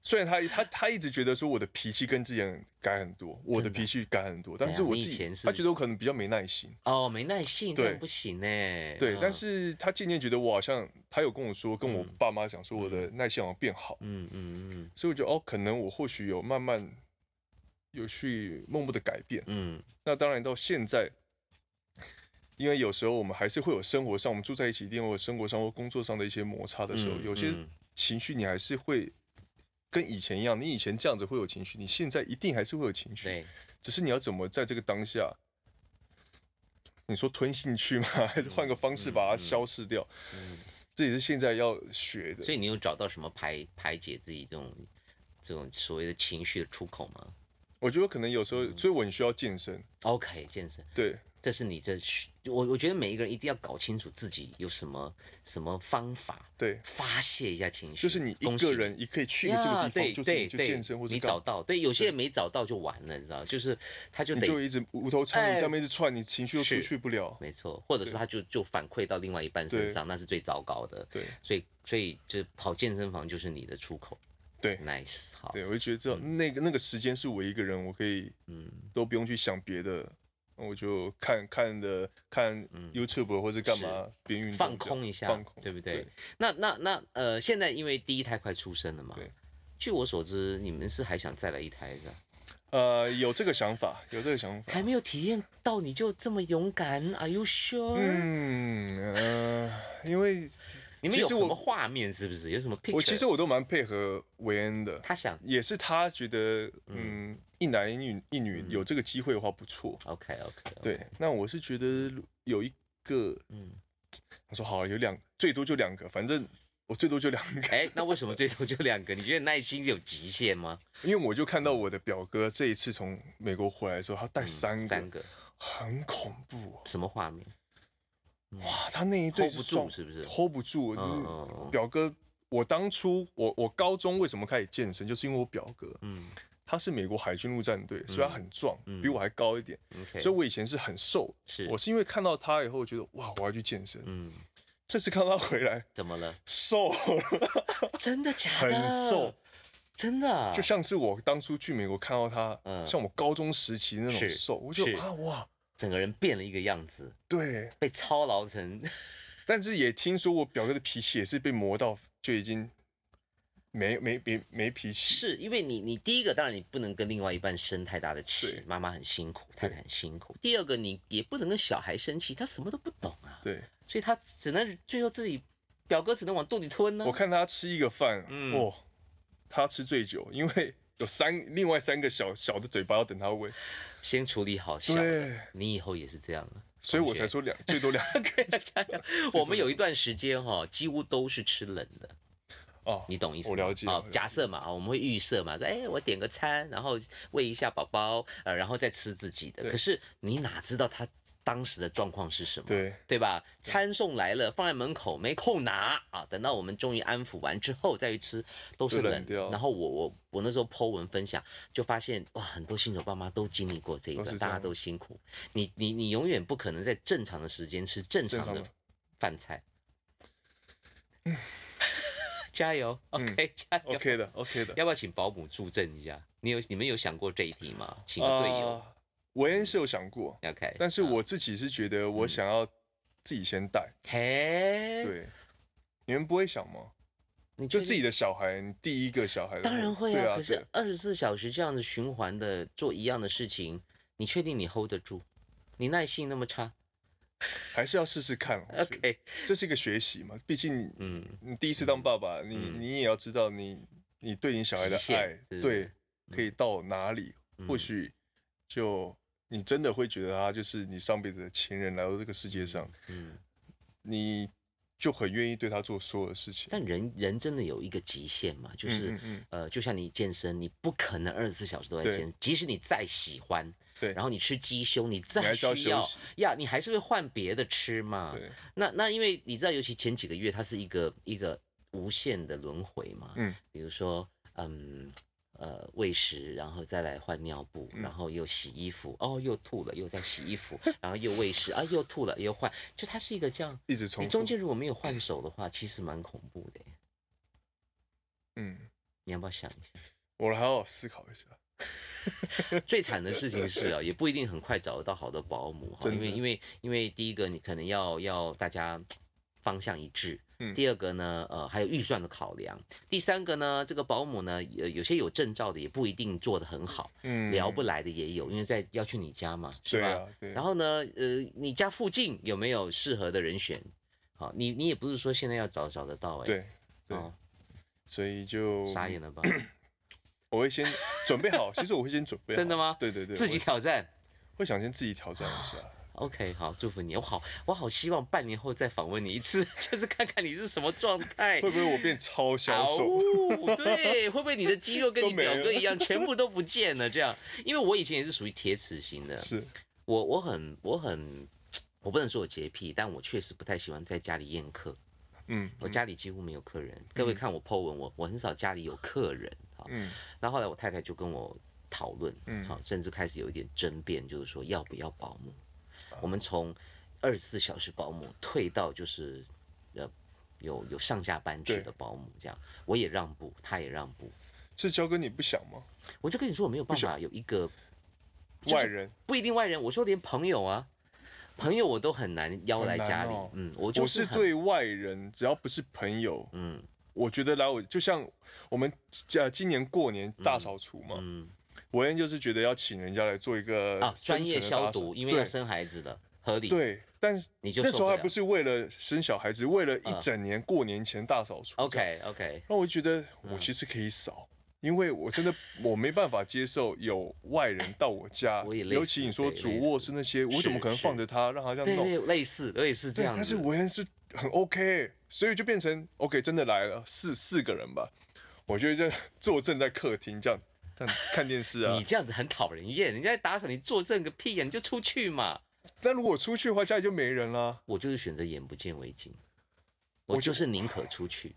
Speaker 2: 虽然他他他一直觉得说我的脾气跟之前改很多，我的
Speaker 1: 真的
Speaker 2: 脾气改很多，
Speaker 1: 怎
Speaker 2: 但是
Speaker 1: 样
Speaker 2: 我
Speaker 1: 你
Speaker 2: 自
Speaker 1: 以前
Speaker 2: 己
Speaker 1: 是
Speaker 2: 他觉得我可能比较没耐心。
Speaker 1: 哦，没耐性，这
Speaker 2: 对
Speaker 1: 样不行哎。
Speaker 2: 对，
Speaker 1: 嗯
Speaker 2: 但是他渐渐觉得我好像，他有跟我说，跟我
Speaker 1: 嗯
Speaker 2: 爸妈讲说我的耐性好像变好，
Speaker 1: 嗯嗯
Speaker 2: 所以我觉得哦，可能我或许有慢慢有去默默的改变。
Speaker 1: 嗯
Speaker 2: 那当然到现在，因为有时候我们还是会有生活上，我们住在一起一定会有生活上或工作上的一些摩擦的时候，
Speaker 1: 嗯
Speaker 2: 有些
Speaker 1: 嗯
Speaker 2: 情绪你还是会跟以前一样，你以前这样子会有情绪，你现在一定还是会有情
Speaker 1: 嗯，
Speaker 2: 绪，
Speaker 1: 对，
Speaker 2: 只是你要怎么在这个当下。你说吞进去吗？ (laughs) 还是换个方式把它消失掉？
Speaker 1: 嗯，
Speaker 2: 这也是现在要学的。
Speaker 1: 所以你有找到什么排排解自己这种这种所谓的情绪的出口吗
Speaker 2: 我觉得可能有时候，
Speaker 1: 嗯
Speaker 2: 所以我很需要健身。
Speaker 1: ？OK，健身，
Speaker 2: 对，
Speaker 1: 这是你这需我我觉得每一个人一定要搞清楚自己有什么什么方法
Speaker 2: 对，
Speaker 1: 发泄一下情绪，
Speaker 2: 就是你一
Speaker 1: 恭喜
Speaker 2: 个人，你可以去一个这
Speaker 1: 呀
Speaker 2: 个地
Speaker 1: 对
Speaker 2: 方，就是
Speaker 1: 对
Speaker 2: 你去
Speaker 1: 对，
Speaker 2: 健身或者
Speaker 1: 你找到，对，有些
Speaker 2: 对
Speaker 1: 人没找到就完了，你知道，就是他就
Speaker 2: 你
Speaker 1: 得
Speaker 2: 就一直无头苍
Speaker 1: 哎
Speaker 2: 蝇在那边一直窜，你情绪又出
Speaker 1: 是
Speaker 2: 去不了。
Speaker 1: 没错，或者是
Speaker 2: 对
Speaker 1: 他就就反馈到另外一半身
Speaker 2: 对
Speaker 1: 上，那是最糟糕的。
Speaker 2: 对
Speaker 1: 所以所以就跑健身房就是你的出口。
Speaker 2: 对
Speaker 1: ，nice，好，
Speaker 2: 对，我就觉得这样那个那个时间是我一个人，我可以
Speaker 1: 嗯
Speaker 2: 都不用去想别的，我就看看的看 YouTube 或者干嘛，边运动
Speaker 1: 嗯放
Speaker 2: 这样
Speaker 1: 空一下，
Speaker 2: 放空，
Speaker 1: 对不对？？那那那呃，现在因为第一胎快出生了嘛
Speaker 2: 对，
Speaker 1: 据我所知，你们是还想再来一胎的，
Speaker 2: 呃，有这个想法，有这个想法
Speaker 1: 还。没有体验到你就这么勇敢，Are you sure？、
Speaker 2: 嗯呃，因为
Speaker 1: 你们有
Speaker 2: 其实
Speaker 1: 什
Speaker 2: 我
Speaker 1: 么画面是不是？有什么 picture？
Speaker 2: 我其实我都蛮配合韦恩的，
Speaker 1: 他想
Speaker 2: 也是他觉得嗯，一男一女一女有这个机会的话不错。
Speaker 1: ，OK 嗯 OK，
Speaker 2: 对，那我是觉得有一个，
Speaker 1: 嗯
Speaker 2: 嗯，我说好啊有两，最多就两个，反正我最多就两个，
Speaker 1: 哎，那为什么最终就两个？你觉得耐心有极限吗？
Speaker 2: (laughs) 因为我就看到我的表哥这一次从美国回来的时候，他带
Speaker 1: 嗯
Speaker 2: 哎三个，
Speaker 1: 三个，
Speaker 2: 很恐怖、哦，
Speaker 1: 什么画面
Speaker 2: 哇，他那一对
Speaker 1: hold 不住
Speaker 2: 双
Speaker 1: 是不是
Speaker 2: ？hold 不住，
Speaker 1: 嗯
Speaker 2: 嗯
Speaker 1: 嗯嗯
Speaker 2: 表哥。我当初我我高中为什么开始健身，就是因为我表哥，
Speaker 1: 嗯
Speaker 2: 他是美国海军陆战队，所以他很壮，
Speaker 1: 嗯
Speaker 2: 比我还高一点，
Speaker 1: ，OK，
Speaker 2: 所以我以前是很瘦，
Speaker 1: 是
Speaker 2: 我是因为看到他以后，我觉得哇，我要去健身。
Speaker 1: 嗯，
Speaker 2: 这次看到他回来
Speaker 1: 怎么了？
Speaker 2: 瘦了，
Speaker 1: 真的假的？
Speaker 2: 很瘦，
Speaker 1: 真的啊，
Speaker 2: 就像是我当初去美国看到他，
Speaker 1: 嗯
Speaker 2: 像我高中时期那
Speaker 1: 是
Speaker 2: 种瘦，我就是啊哇，
Speaker 1: 整个人变了一个样子，
Speaker 2: 对。
Speaker 1: 被操劳成 (laughs)
Speaker 2: 但是也听说我表哥的脾气也是被磨到就已经没没没没脾气，
Speaker 1: 是因为你你第一个当然你不能跟另外一半生太大的气
Speaker 2: 对，
Speaker 1: 妈妈很辛苦，太太很辛苦。第二个你也不能跟小孩生气，他什么都不懂啊，
Speaker 2: 对
Speaker 1: 所以他只能最后自己表哥只能往肚里吞呢、
Speaker 2: 我看他吃一个饭，
Speaker 1: 嗯
Speaker 2: 哦，他吃最久，因为有三另外三个小小的嘴巴要等他喂，
Speaker 1: 先处理好小的，
Speaker 2: 对，
Speaker 1: 你以后也是这样 (laughs) 啊。
Speaker 2: 所以我才说两最
Speaker 1: (laughs)
Speaker 2: 多两 (laughs)
Speaker 1: 我们有一段时间哈、几乎都是吃冷的。
Speaker 2: 哦，
Speaker 1: 你懂意思吗？
Speaker 2: 我了解
Speaker 1: 啊
Speaker 2: 我了，解
Speaker 1: 假设嘛，啊我们会预设嘛，说，哎，我点个餐，然后喂一下宝宝，呃，然后再吃自己的。
Speaker 2: 对
Speaker 1: 可是你哪知道他当时的状况是什么？
Speaker 2: 对
Speaker 1: 对吧？餐送来了，放在门口没空拿啊，等到我们终于安抚完之后再去吃，都是
Speaker 2: 就冷
Speaker 1: 冷。
Speaker 2: 掉
Speaker 1: 然后我我我那时候 po 文分享，就发现哇，很多新手爸妈都经历过这一
Speaker 2: 都
Speaker 1: 段，
Speaker 2: 是这
Speaker 1: 大家
Speaker 2: 样
Speaker 1: 都辛苦。你你你永远不可能在正常的时间吃正
Speaker 2: 正
Speaker 1: 常
Speaker 2: 常
Speaker 1: 的
Speaker 2: 的
Speaker 1: 饭菜。 (laughs) 加油，OK，、加油
Speaker 2: 嗯 OK 的 OK 的，
Speaker 1: 要不要请保姆助阵一下？你有你们有想过这一题吗？请个队友、
Speaker 2: 啊韦恩是有想过，
Speaker 1: ，OK。
Speaker 2: 但是
Speaker 1: 啊嗯
Speaker 2: 我自己是觉得我想要自己先带，
Speaker 1: 嘿，
Speaker 2: 对，你们不会想吗？
Speaker 1: 你
Speaker 2: 就
Speaker 1: 确
Speaker 2: 自己
Speaker 1: 定。
Speaker 2: 的小孩，你第一个小孩的
Speaker 1: 当
Speaker 2: 话
Speaker 1: 然会
Speaker 2: 对
Speaker 1: 啊，
Speaker 2: 啊，
Speaker 1: 可
Speaker 2: 对
Speaker 1: 是
Speaker 2: 啊
Speaker 1: 二十四小时这样子循环的做一样的事情，你确定你 hold 得住？你耐性那么差？
Speaker 2: 还是要试试看。我觉得
Speaker 1: OK，
Speaker 2: 这是一个学习嘛，毕竟你
Speaker 1: 嗯，
Speaker 2: 你第一次当爸爸，你
Speaker 1: 嗯
Speaker 2: 你也要知道你你对你小孩的
Speaker 1: 极限
Speaker 2: 爱
Speaker 1: 是，不
Speaker 2: 对
Speaker 1: 是，
Speaker 2: 可以到哪里，或
Speaker 1: 嗯
Speaker 2: 许就你真的会觉得他就是你上辈子的情人来到这个世界上，
Speaker 1: 嗯，
Speaker 2: 你就很愿意对他做所有的事情。
Speaker 1: 但人人真的有一个极限嘛，就是。
Speaker 2: 嗯嗯
Speaker 1: 呃，就像你健身，你不可能二十四小时都在
Speaker 2: 对
Speaker 1: 健身，即使你再喜欢，
Speaker 2: 对
Speaker 1: 然后你吃鸡胸，你
Speaker 2: 你
Speaker 1: 再
Speaker 2: 还是要
Speaker 1: 需
Speaker 2: 休
Speaker 1: 要
Speaker 2: 息
Speaker 1: 呀，你还是会换别的吃嘛
Speaker 2: 嗯，。对，
Speaker 1: 那那因为你知道，尤其前几个月，它是一个一个无限的轮回嘛，
Speaker 2: 嗯，
Speaker 1: 比如说，嗯。呃，喂食，然后再来换尿布，
Speaker 2: 嗯
Speaker 1: 然后又洗衣服，哦，又吐了，又在洗衣服，然后又喂食，啊，又吐了，又换，就它是一个这样。
Speaker 2: 一直
Speaker 1: 你
Speaker 2: 重
Speaker 1: 中
Speaker 2: 复。
Speaker 1: 间如果没有换手的话，其实蛮恐怖的耶。
Speaker 2: 嗯，
Speaker 1: 你要不要想一下？
Speaker 2: 我还要思考一下。
Speaker 1: 最惨的事情是啊，也不一定很快找得到好的保姆哈，
Speaker 2: 真的
Speaker 1: 因为因为因为第一个你可能要要大家方向一致，
Speaker 2: 嗯
Speaker 1: 第二个呢，呃，还有预算的考量，第三个呢，这个保姆呢，有有些有证照的也不一定做得很好，
Speaker 2: 嗯，
Speaker 1: 聊不来的也有，因为在要去你家嘛，是
Speaker 2: 对
Speaker 1: 吧？
Speaker 2: 啊，对啊。
Speaker 1: 然后呢，呃，你家附近有没有适合的人选？好，你你也不是说现在要找找得到哎、
Speaker 2: 对，对
Speaker 1: 哦，
Speaker 2: 所以就
Speaker 1: 傻眼了吧？
Speaker 2: 我会先准备好，其实我会先准备好。
Speaker 1: 真的吗
Speaker 2: 对对对，
Speaker 1: 自己哎
Speaker 2: 我
Speaker 1: 挑战。
Speaker 2: 会想先自己挑战一下。
Speaker 1: OK，好，祝福你。我好，我好希望半年后再访问你一次， (laughs) 就是看看你是什么状态。
Speaker 2: 会不会我变超销
Speaker 1: 嗷
Speaker 2: 售？
Speaker 1: 呜对，会不会你的肌肉跟你
Speaker 2: 都没
Speaker 1: 表
Speaker 2: 了
Speaker 1: 哥一样，全部都不见了？这样，因为我以前也是属于铁齿型的，
Speaker 2: 是，
Speaker 1: 我我很我很，我不能说我洁癖，但我确实不太喜欢在家里宴客。
Speaker 2: 嗯，
Speaker 1: 我家里几乎没有客人，各位看我 po 文，我我很少家里有客人啊。
Speaker 2: 嗯
Speaker 1: 那后来我太太就跟我讨论，
Speaker 2: 嗯
Speaker 1: 好，甚至开始有一点争辩，就是说要不要保姆。
Speaker 2: 哦
Speaker 1: 我们从二十四小时保姆退到就是呃有有上下班制
Speaker 2: 对
Speaker 1: 的保姆这样，我也让步，她也让步。
Speaker 2: 是交哥你不想吗？
Speaker 1: 我就跟你说，我没有办法有一个就是
Speaker 2: 外人，
Speaker 1: 不一定外人，我说连朋友啊，朋友我都很难邀
Speaker 2: 很
Speaker 1: 来
Speaker 2: 难
Speaker 1: 家里
Speaker 2: 哦。
Speaker 1: 嗯，我就
Speaker 2: 我
Speaker 1: 是
Speaker 2: 是
Speaker 1: 很
Speaker 2: 对外人，只要不是朋友，
Speaker 1: 嗯
Speaker 2: 我觉得来我就像我们呃今年过年大扫除嘛，
Speaker 1: 嗯
Speaker 2: 我恩就是觉得要请人家来做一个
Speaker 1: 啊，专
Speaker 2: 呃深层
Speaker 1: 业
Speaker 2: 的
Speaker 1: 消
Speaker 2: 打扫
Speaker 1: 毒，因为
Speaker 2: 对
Speaker 1: 要生孩子的，合理。
Speaker 2: 对，但是
Speaker 1: 你就
Speaker 2: 那
Speaker 1: 受
Speaker 2: 时
Speaker 1: 不
Speaker 2: 候还
Speaker 1: 了
Speaker 2: 不是为了生小孩，只是为了
Speaker 1: 嗯
Speaker 2: 一整年过年前大扫除。
Speaker 1: OK OK，
Speaker 2: 那我就觉得
Speaker 1: 嗯
Speaker 2: 我其实可以少，因为我真的我没办法接受有外人到我家，
Speaker 1: 我也类似
Speaker 2: 尤其你说
Speaker 1: 对
Speaker 2: 主
Speaker 1: 类
Speaker 2: 卧
Speaker 1: 似
Speaker 2: 室那些，我怎么
Speaker 1: 是
Speaker 2: 可能放
Speaker 1: 是
Speaker 2: 着他让他这
Speaker 1: 对
Speaker 2: 样弄？
Speaker 1: 对，类似类似这
Speaker 2: 对，
Speaker 1: 样
Speaker 2: 但是
Speaker 1: 子。
Speaker 2: 维恩是很 OK，所以就变成 OK，真的来了四四个人吧，我觉得就坐正在客厅这样这样看电视
Speaker 1: (laughs)
Speaker 2: 啊
Speaker 1: 你。这样子很讨人厌，人家在打扫你作证个屁呀、你就出去嘛。
Speaker 2: 那如果出去的话，家里就没人啦，
Speaker 1: 我就是选择眼不见为净，
Speaker 2: 我
Speaker 1: 我就
Speaker 2: 就是
Speaker 1: 宁可出去。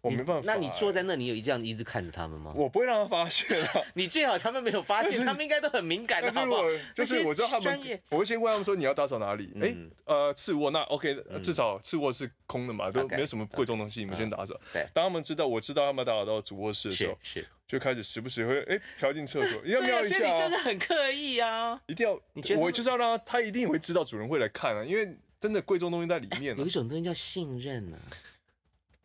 Speaker 2: 我
Speaker 1: 你
Speaker 2: 没办法欸。
Speaker 1: 那你坐在那里有这样一直看着他们吗？
Speaker 2: 我不会让他发现啊。
Speaker 1: 你最好他们没有发现，他们应该都很敏感的，
Speaker 2: 但是
Speaker 1: 好不好
Speaker 2: 我？就
Speaker 1: 那
Speaker 2: 是
Speaker 1: 些
Speaker 2: 我知道他
Speaker 1: 专业
Speaker 2: 们，我会先问他们说你要打扫哪里？哎、
Speaker 1: 嗯
Speaker 2: 呃，次卧那 OK，呃至少次卧是空的嘛，都
Speaker 1: OK，
Speaker 2: 没有什么贵重东西，你们
Speaker 1: 嗯
Speaker 2: 先打扫。
Speaker 1: 对
Speaker 2: 当他们知道我知道他们打扫到主卧室的时
Speaker 1: 是
Speaker 2: 候，
Speaker 1: 是，
Speaker 2: 就开始时不时会哎瞟进厕
Speaker 1: (laughs)
Speaker 2: 所，一定要
Speaker 1: 对啊，
Speaker 2: 瞄一
Speaker 1: 所以
Speaker 2: 下、
Speaker 1: 你就
Speaker 2: 啊
Speaker 1: 是，很刻意啊。
Speaker 2: 一定要
Speaker 1: (laughs) 你觉得，他
Speaker 2: 我
Speaker 1: 们
Speaker 2: 就是要让他，他一定会知道主人会来看啊，因为真的贵重东西在里面、啊
Speaker 1: 有一，种东西叫信任啊呢、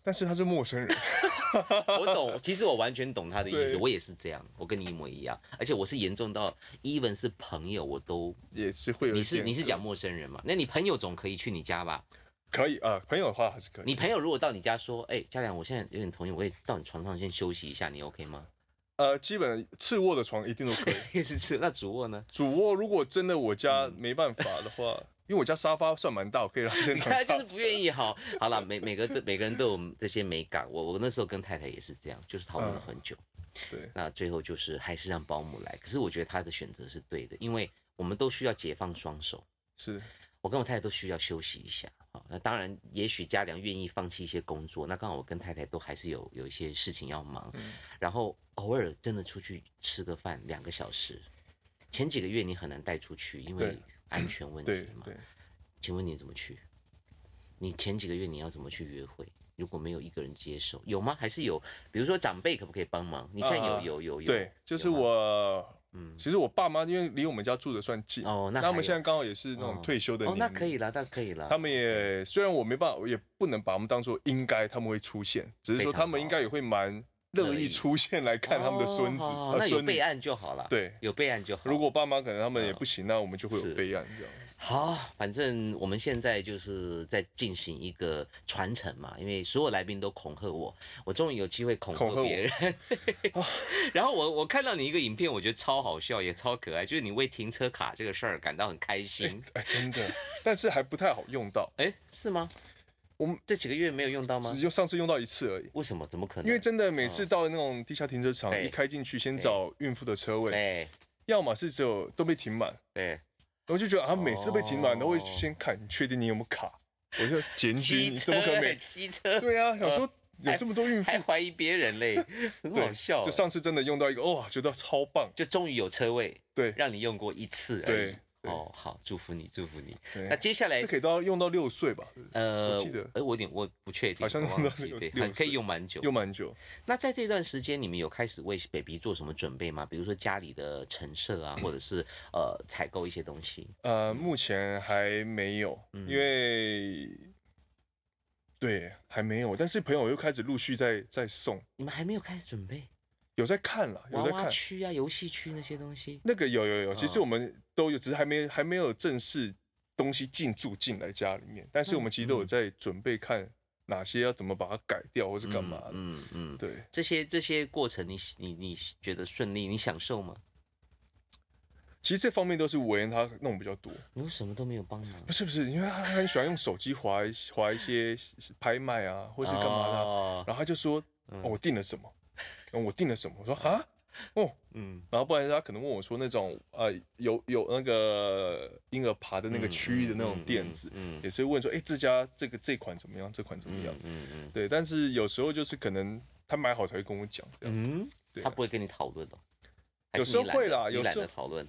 Speaker 2: 但是他是陌生人，
Speaker 1: (laughs) 我懂，其实我完全懂他的意思，
Speaker 2: 对
Speaker 1: 我也是这样，我跟你一模一样，而且我是严重到，even 是朋友我都，
Speaker 2: 也是会有一
Speaker 1: 你
Speaker 2: 些
Speaker 1: 是你是讲陌生人嘛？那你朋友总可以去你家吧？
Speaker 2: 可以啊、朋友的话还是可以。
Speaker 1: 你朋友如果到你家说，哎、嘉良，我现在有点头晕，我也到你床上先休息一下，你 OK 吗？ (laughs)
Speaker 2: 呃，基本次卧的床一定都可以。
Speaker 1: 也是吃，那主卧
Speaker 2: (laughs)
Speaker 1: 呢？ (laughs)
Speaker 2: 主卧如果真的我家
Speaker 1: 嗯
Speaker 2: 没办法的话，因为我家沙发算蛮大，我可以让他先
Speaker 1: (laughs) 你
Speaker 2: 躺
Speaker 1: 看，
Speaker 2: 沙
Speaker 1: 就
Speaker 2: 发
Speaker 1: 是。不愿意好。好了，每每个都每个人都有这些美感。我我那时候跟太太也是这样，就是讨论了很久。
Speaker 2: 嗯对，
Speaker 1: 那最后就是还是让保姆来，可是我觉得她的选择是对的，因为我们都需要解放双手。
Speaker 2: 是
Speaker 1: 我跟我太太都需要休息一下。好，那当然，也许家良愿意放弃一些工作，那刚好我跟太太都还是有有一些事情要忙，
Speaker 2: 嗯
Speaker 1: 然后偶尔真的出去吃个饭两个小时。前几个月你很难带出去，因为
Speaker 2: 对
Speaker 1: 安全问
Speaker 2: 对
Speaker 1: 题嘛。
Speaker 2: 对，
Speaker 1: 请问你怎么去？你前几个月你要怎么去约会？如果没有一个人接手，有吗？还是有？比如说长辈可不可以帮忙？你现在有、
Speaker 2: 啊
Speaker 1: 有有有？
Speaker 2: 对，就是
Speaker 1: 有吗
Speaker 2: 我，
Speaker 1: 嗯
Speaker 2: 其实我爸妈因为离我们家住的算近，
Speaker 1: 哦，那
Speaker 2: 他
Speaker 1: 还
Speaker 2: 们
Speaker 1: 有
Speaker 2: 现在刚好也是那
Speaker 1: 哦
Speaker 2: 种退休的
Speaker 1: 哦
Speaker 2: 年，
Speaker 1: 那
Speaker 2: 龄
Speaker 1: 可以。了，那可以了。
Speaker 2: 他们也虽然我没办法，我也不能把他们当做应该他们会出现，只是
Speaker 1: 非
Speaker 2: 说
Speaker 1: 常
Speaker 2: 他们应该也会蛮乐
Speaker 1: 乐意
Speaker 2: 意出现来看他们的孙子、
Speaker 1: 哦
Speaker 2: 呃
Speaker 1: 那有
Speaker 2: 孙
Speaker 1: 备
Speaker 2: 女。
Speaker 1: 案就好了。啊
Speaker 2: 对
Speaker 1: 有备案就好。
Speaker 2: 如果爸妈可能他们也
Speaker 1: 嗯
Speaker 2: 不行，那我们就会
Speaker 1: 是
Speaker 2: 有备案这样。
Speaker 1: 好，反正我们现在就是在进行一个传承嘛，因为所有来宾都恐吓我，我终于有机会恐
Speaker 2: 恐吓
Speaker 1: 吓
Speaker 2: 我啊
Speaker 1: 别人。 (laughs) 然后我我看到你一个影片，我觉得超好笑，也超可爱，就是你为停车卡这个事儿感到很开心。
Speaker 2: 哎，真的，但是还不太好用到，
Speaker 1: 哎，是吗？
Speaker 2: 我们
Speaker 1: 这几个月没有用到吗
Speaker 2: 只？就上次用到一次而已。
Speaker 1: 为什么？怎么可能？
Speaker 2: 因为真的每次到那种地下停车场，
Speaker 1: 嗯对
Speaker 2: 一开进去先找孕妇的车位，
Speaker 1: 对
Speaker 2: 要么是只有都被停满，
Speaker 1: 对，
Speaker 2: 我就觉得啊，每次被停满都会
Speaker 1: 哦
Speaker 2: 先看你确定你有没有卡，我就检举
Speaker 1: 机
Speaker 2: 你
Speaker 1: 车
Speaker 2: 怎么可能
Speaker 1: (laughs)
Speaker 2: 没？
Speaker 1: 机车
Speaker 2: 对啊，想说有这么多孕妇，
Speaker 1: 还怀疑别人嘞，很
Speaker 2: (laughs) 对
Speaker 1: 好笑。欸
Speaker 2: 就上次真的用到一个，哇，觉得超棒，
Speaker 1: 就终于有车位，
Speaker 2: 对
Speaker 1: 让你用过一次而已
Speaker 2: 对。对
Speaker 1: 哦，好，祝福你，祝福你。那
Speaker 2: 对，
Speaker 1: 接下来
Speaker 2: 这可以到用到六岁吧，
Speaker 1: 呃，
Speaker 2: 我记得
Speaker 1: 哎，我有点我不确定，
Speaker 2: 好像
Speaker 1: 我忘
Speaker 2: 用到
Speaker 1: 记
Speaker 2: 六
Speaker 1: 对，
Speaker 2: 六
Speaker 1: 很可以
Speaker 2: 岁
Speaker 1: 用蛮久。
Speaker 2: 用蛮久。
Speaker 1: 那在这段时间，你们有开始为 baby 做什么准备吗？比如说家里的陈设啊，或者
Speaker 2: (coughs)
Speaker 1: 是呃采购一些东西。
Speaker 2: 呃，目前还没有，
Speaker 1: 嗯
Speaker 2: 因为对还没有，但是朋友又开始陆续在在送，
Speaker 1: 你们还没有开始准备
Speaker 2: 有在看了，
Speaker 1: 娃
Speaker 2: 有在
Speaker 1: 娃
Speaker 2: 看。
Speaker 1: 区啊、游戏区那些东西。
Speaker 2: 那个有有有，其实
Speaker 1: 嗯
Speaker 2: 我们都有，只是还没还没有正式东西进驻进来家里面，但是我们其实都有
Speaker 1: 嗯
Speaker 2: 在准备看哪些要怎么把它改掉或是干嘛的。
Speaker 1: 嗯嗯，嗯
Speaker 2: 对，
Speaker 1: 这些这些过程你，你你觉得顺利，你享受吗？
Speaker 2: 其实这方面都是维恩他弄比较多，
Speaker 1: 你为什么都没有帮忙
Speaker 2: 不？是不是，因为他他很喜欢用手机划一划一些拍卖啊，或是干嘛的啊、
Speaker 1: 哦
Speaker 2: 然后他就说、
Speaker 1: 嗯
Speaker 2: 哦我订了什么，然后我订了什么，我说啊哦，
Speaker 1: 嗯，
Speaker 2: 然后不然他可能问我说那种呃有有那个婴儿爬的那个
Speaker 1: 嗯
Speaker 2: 区域的那
Speaker 1: 嗯
Speaker 2: 种
Speaker 1: 嗯
Speaker 2: 垫子，
Speaker 1: 嗯
Speaker 2: 也是问说哎、这家这个这款怎么样，这款怎么样
Speaker 1: 嗯？嗯
Speaker 2: 对，但是有时候就是可能他买好才会跟我讲，这样
Speaker 1: 嗯嗯，
Speaker 2: 对
Speaker 1: 他
Speaker 2: 啊
Speaker 1: 不会跟你讨论的。还
Speaker 2: 有
Speaker 1: 是
Speaker 2: 时
Speaker 1: 你
Speaker 2: 候
Speaker 1: 懒
Speaker 2: 会
Speaker 1: 得
Speaker 2: 啦
Speaker 1: 你
Speaker 2: 有
Speaker 1: 懒
Speaker 2: 时
Speaker 1: 得
Speaker 2: 候
Speaker 1: 讨论。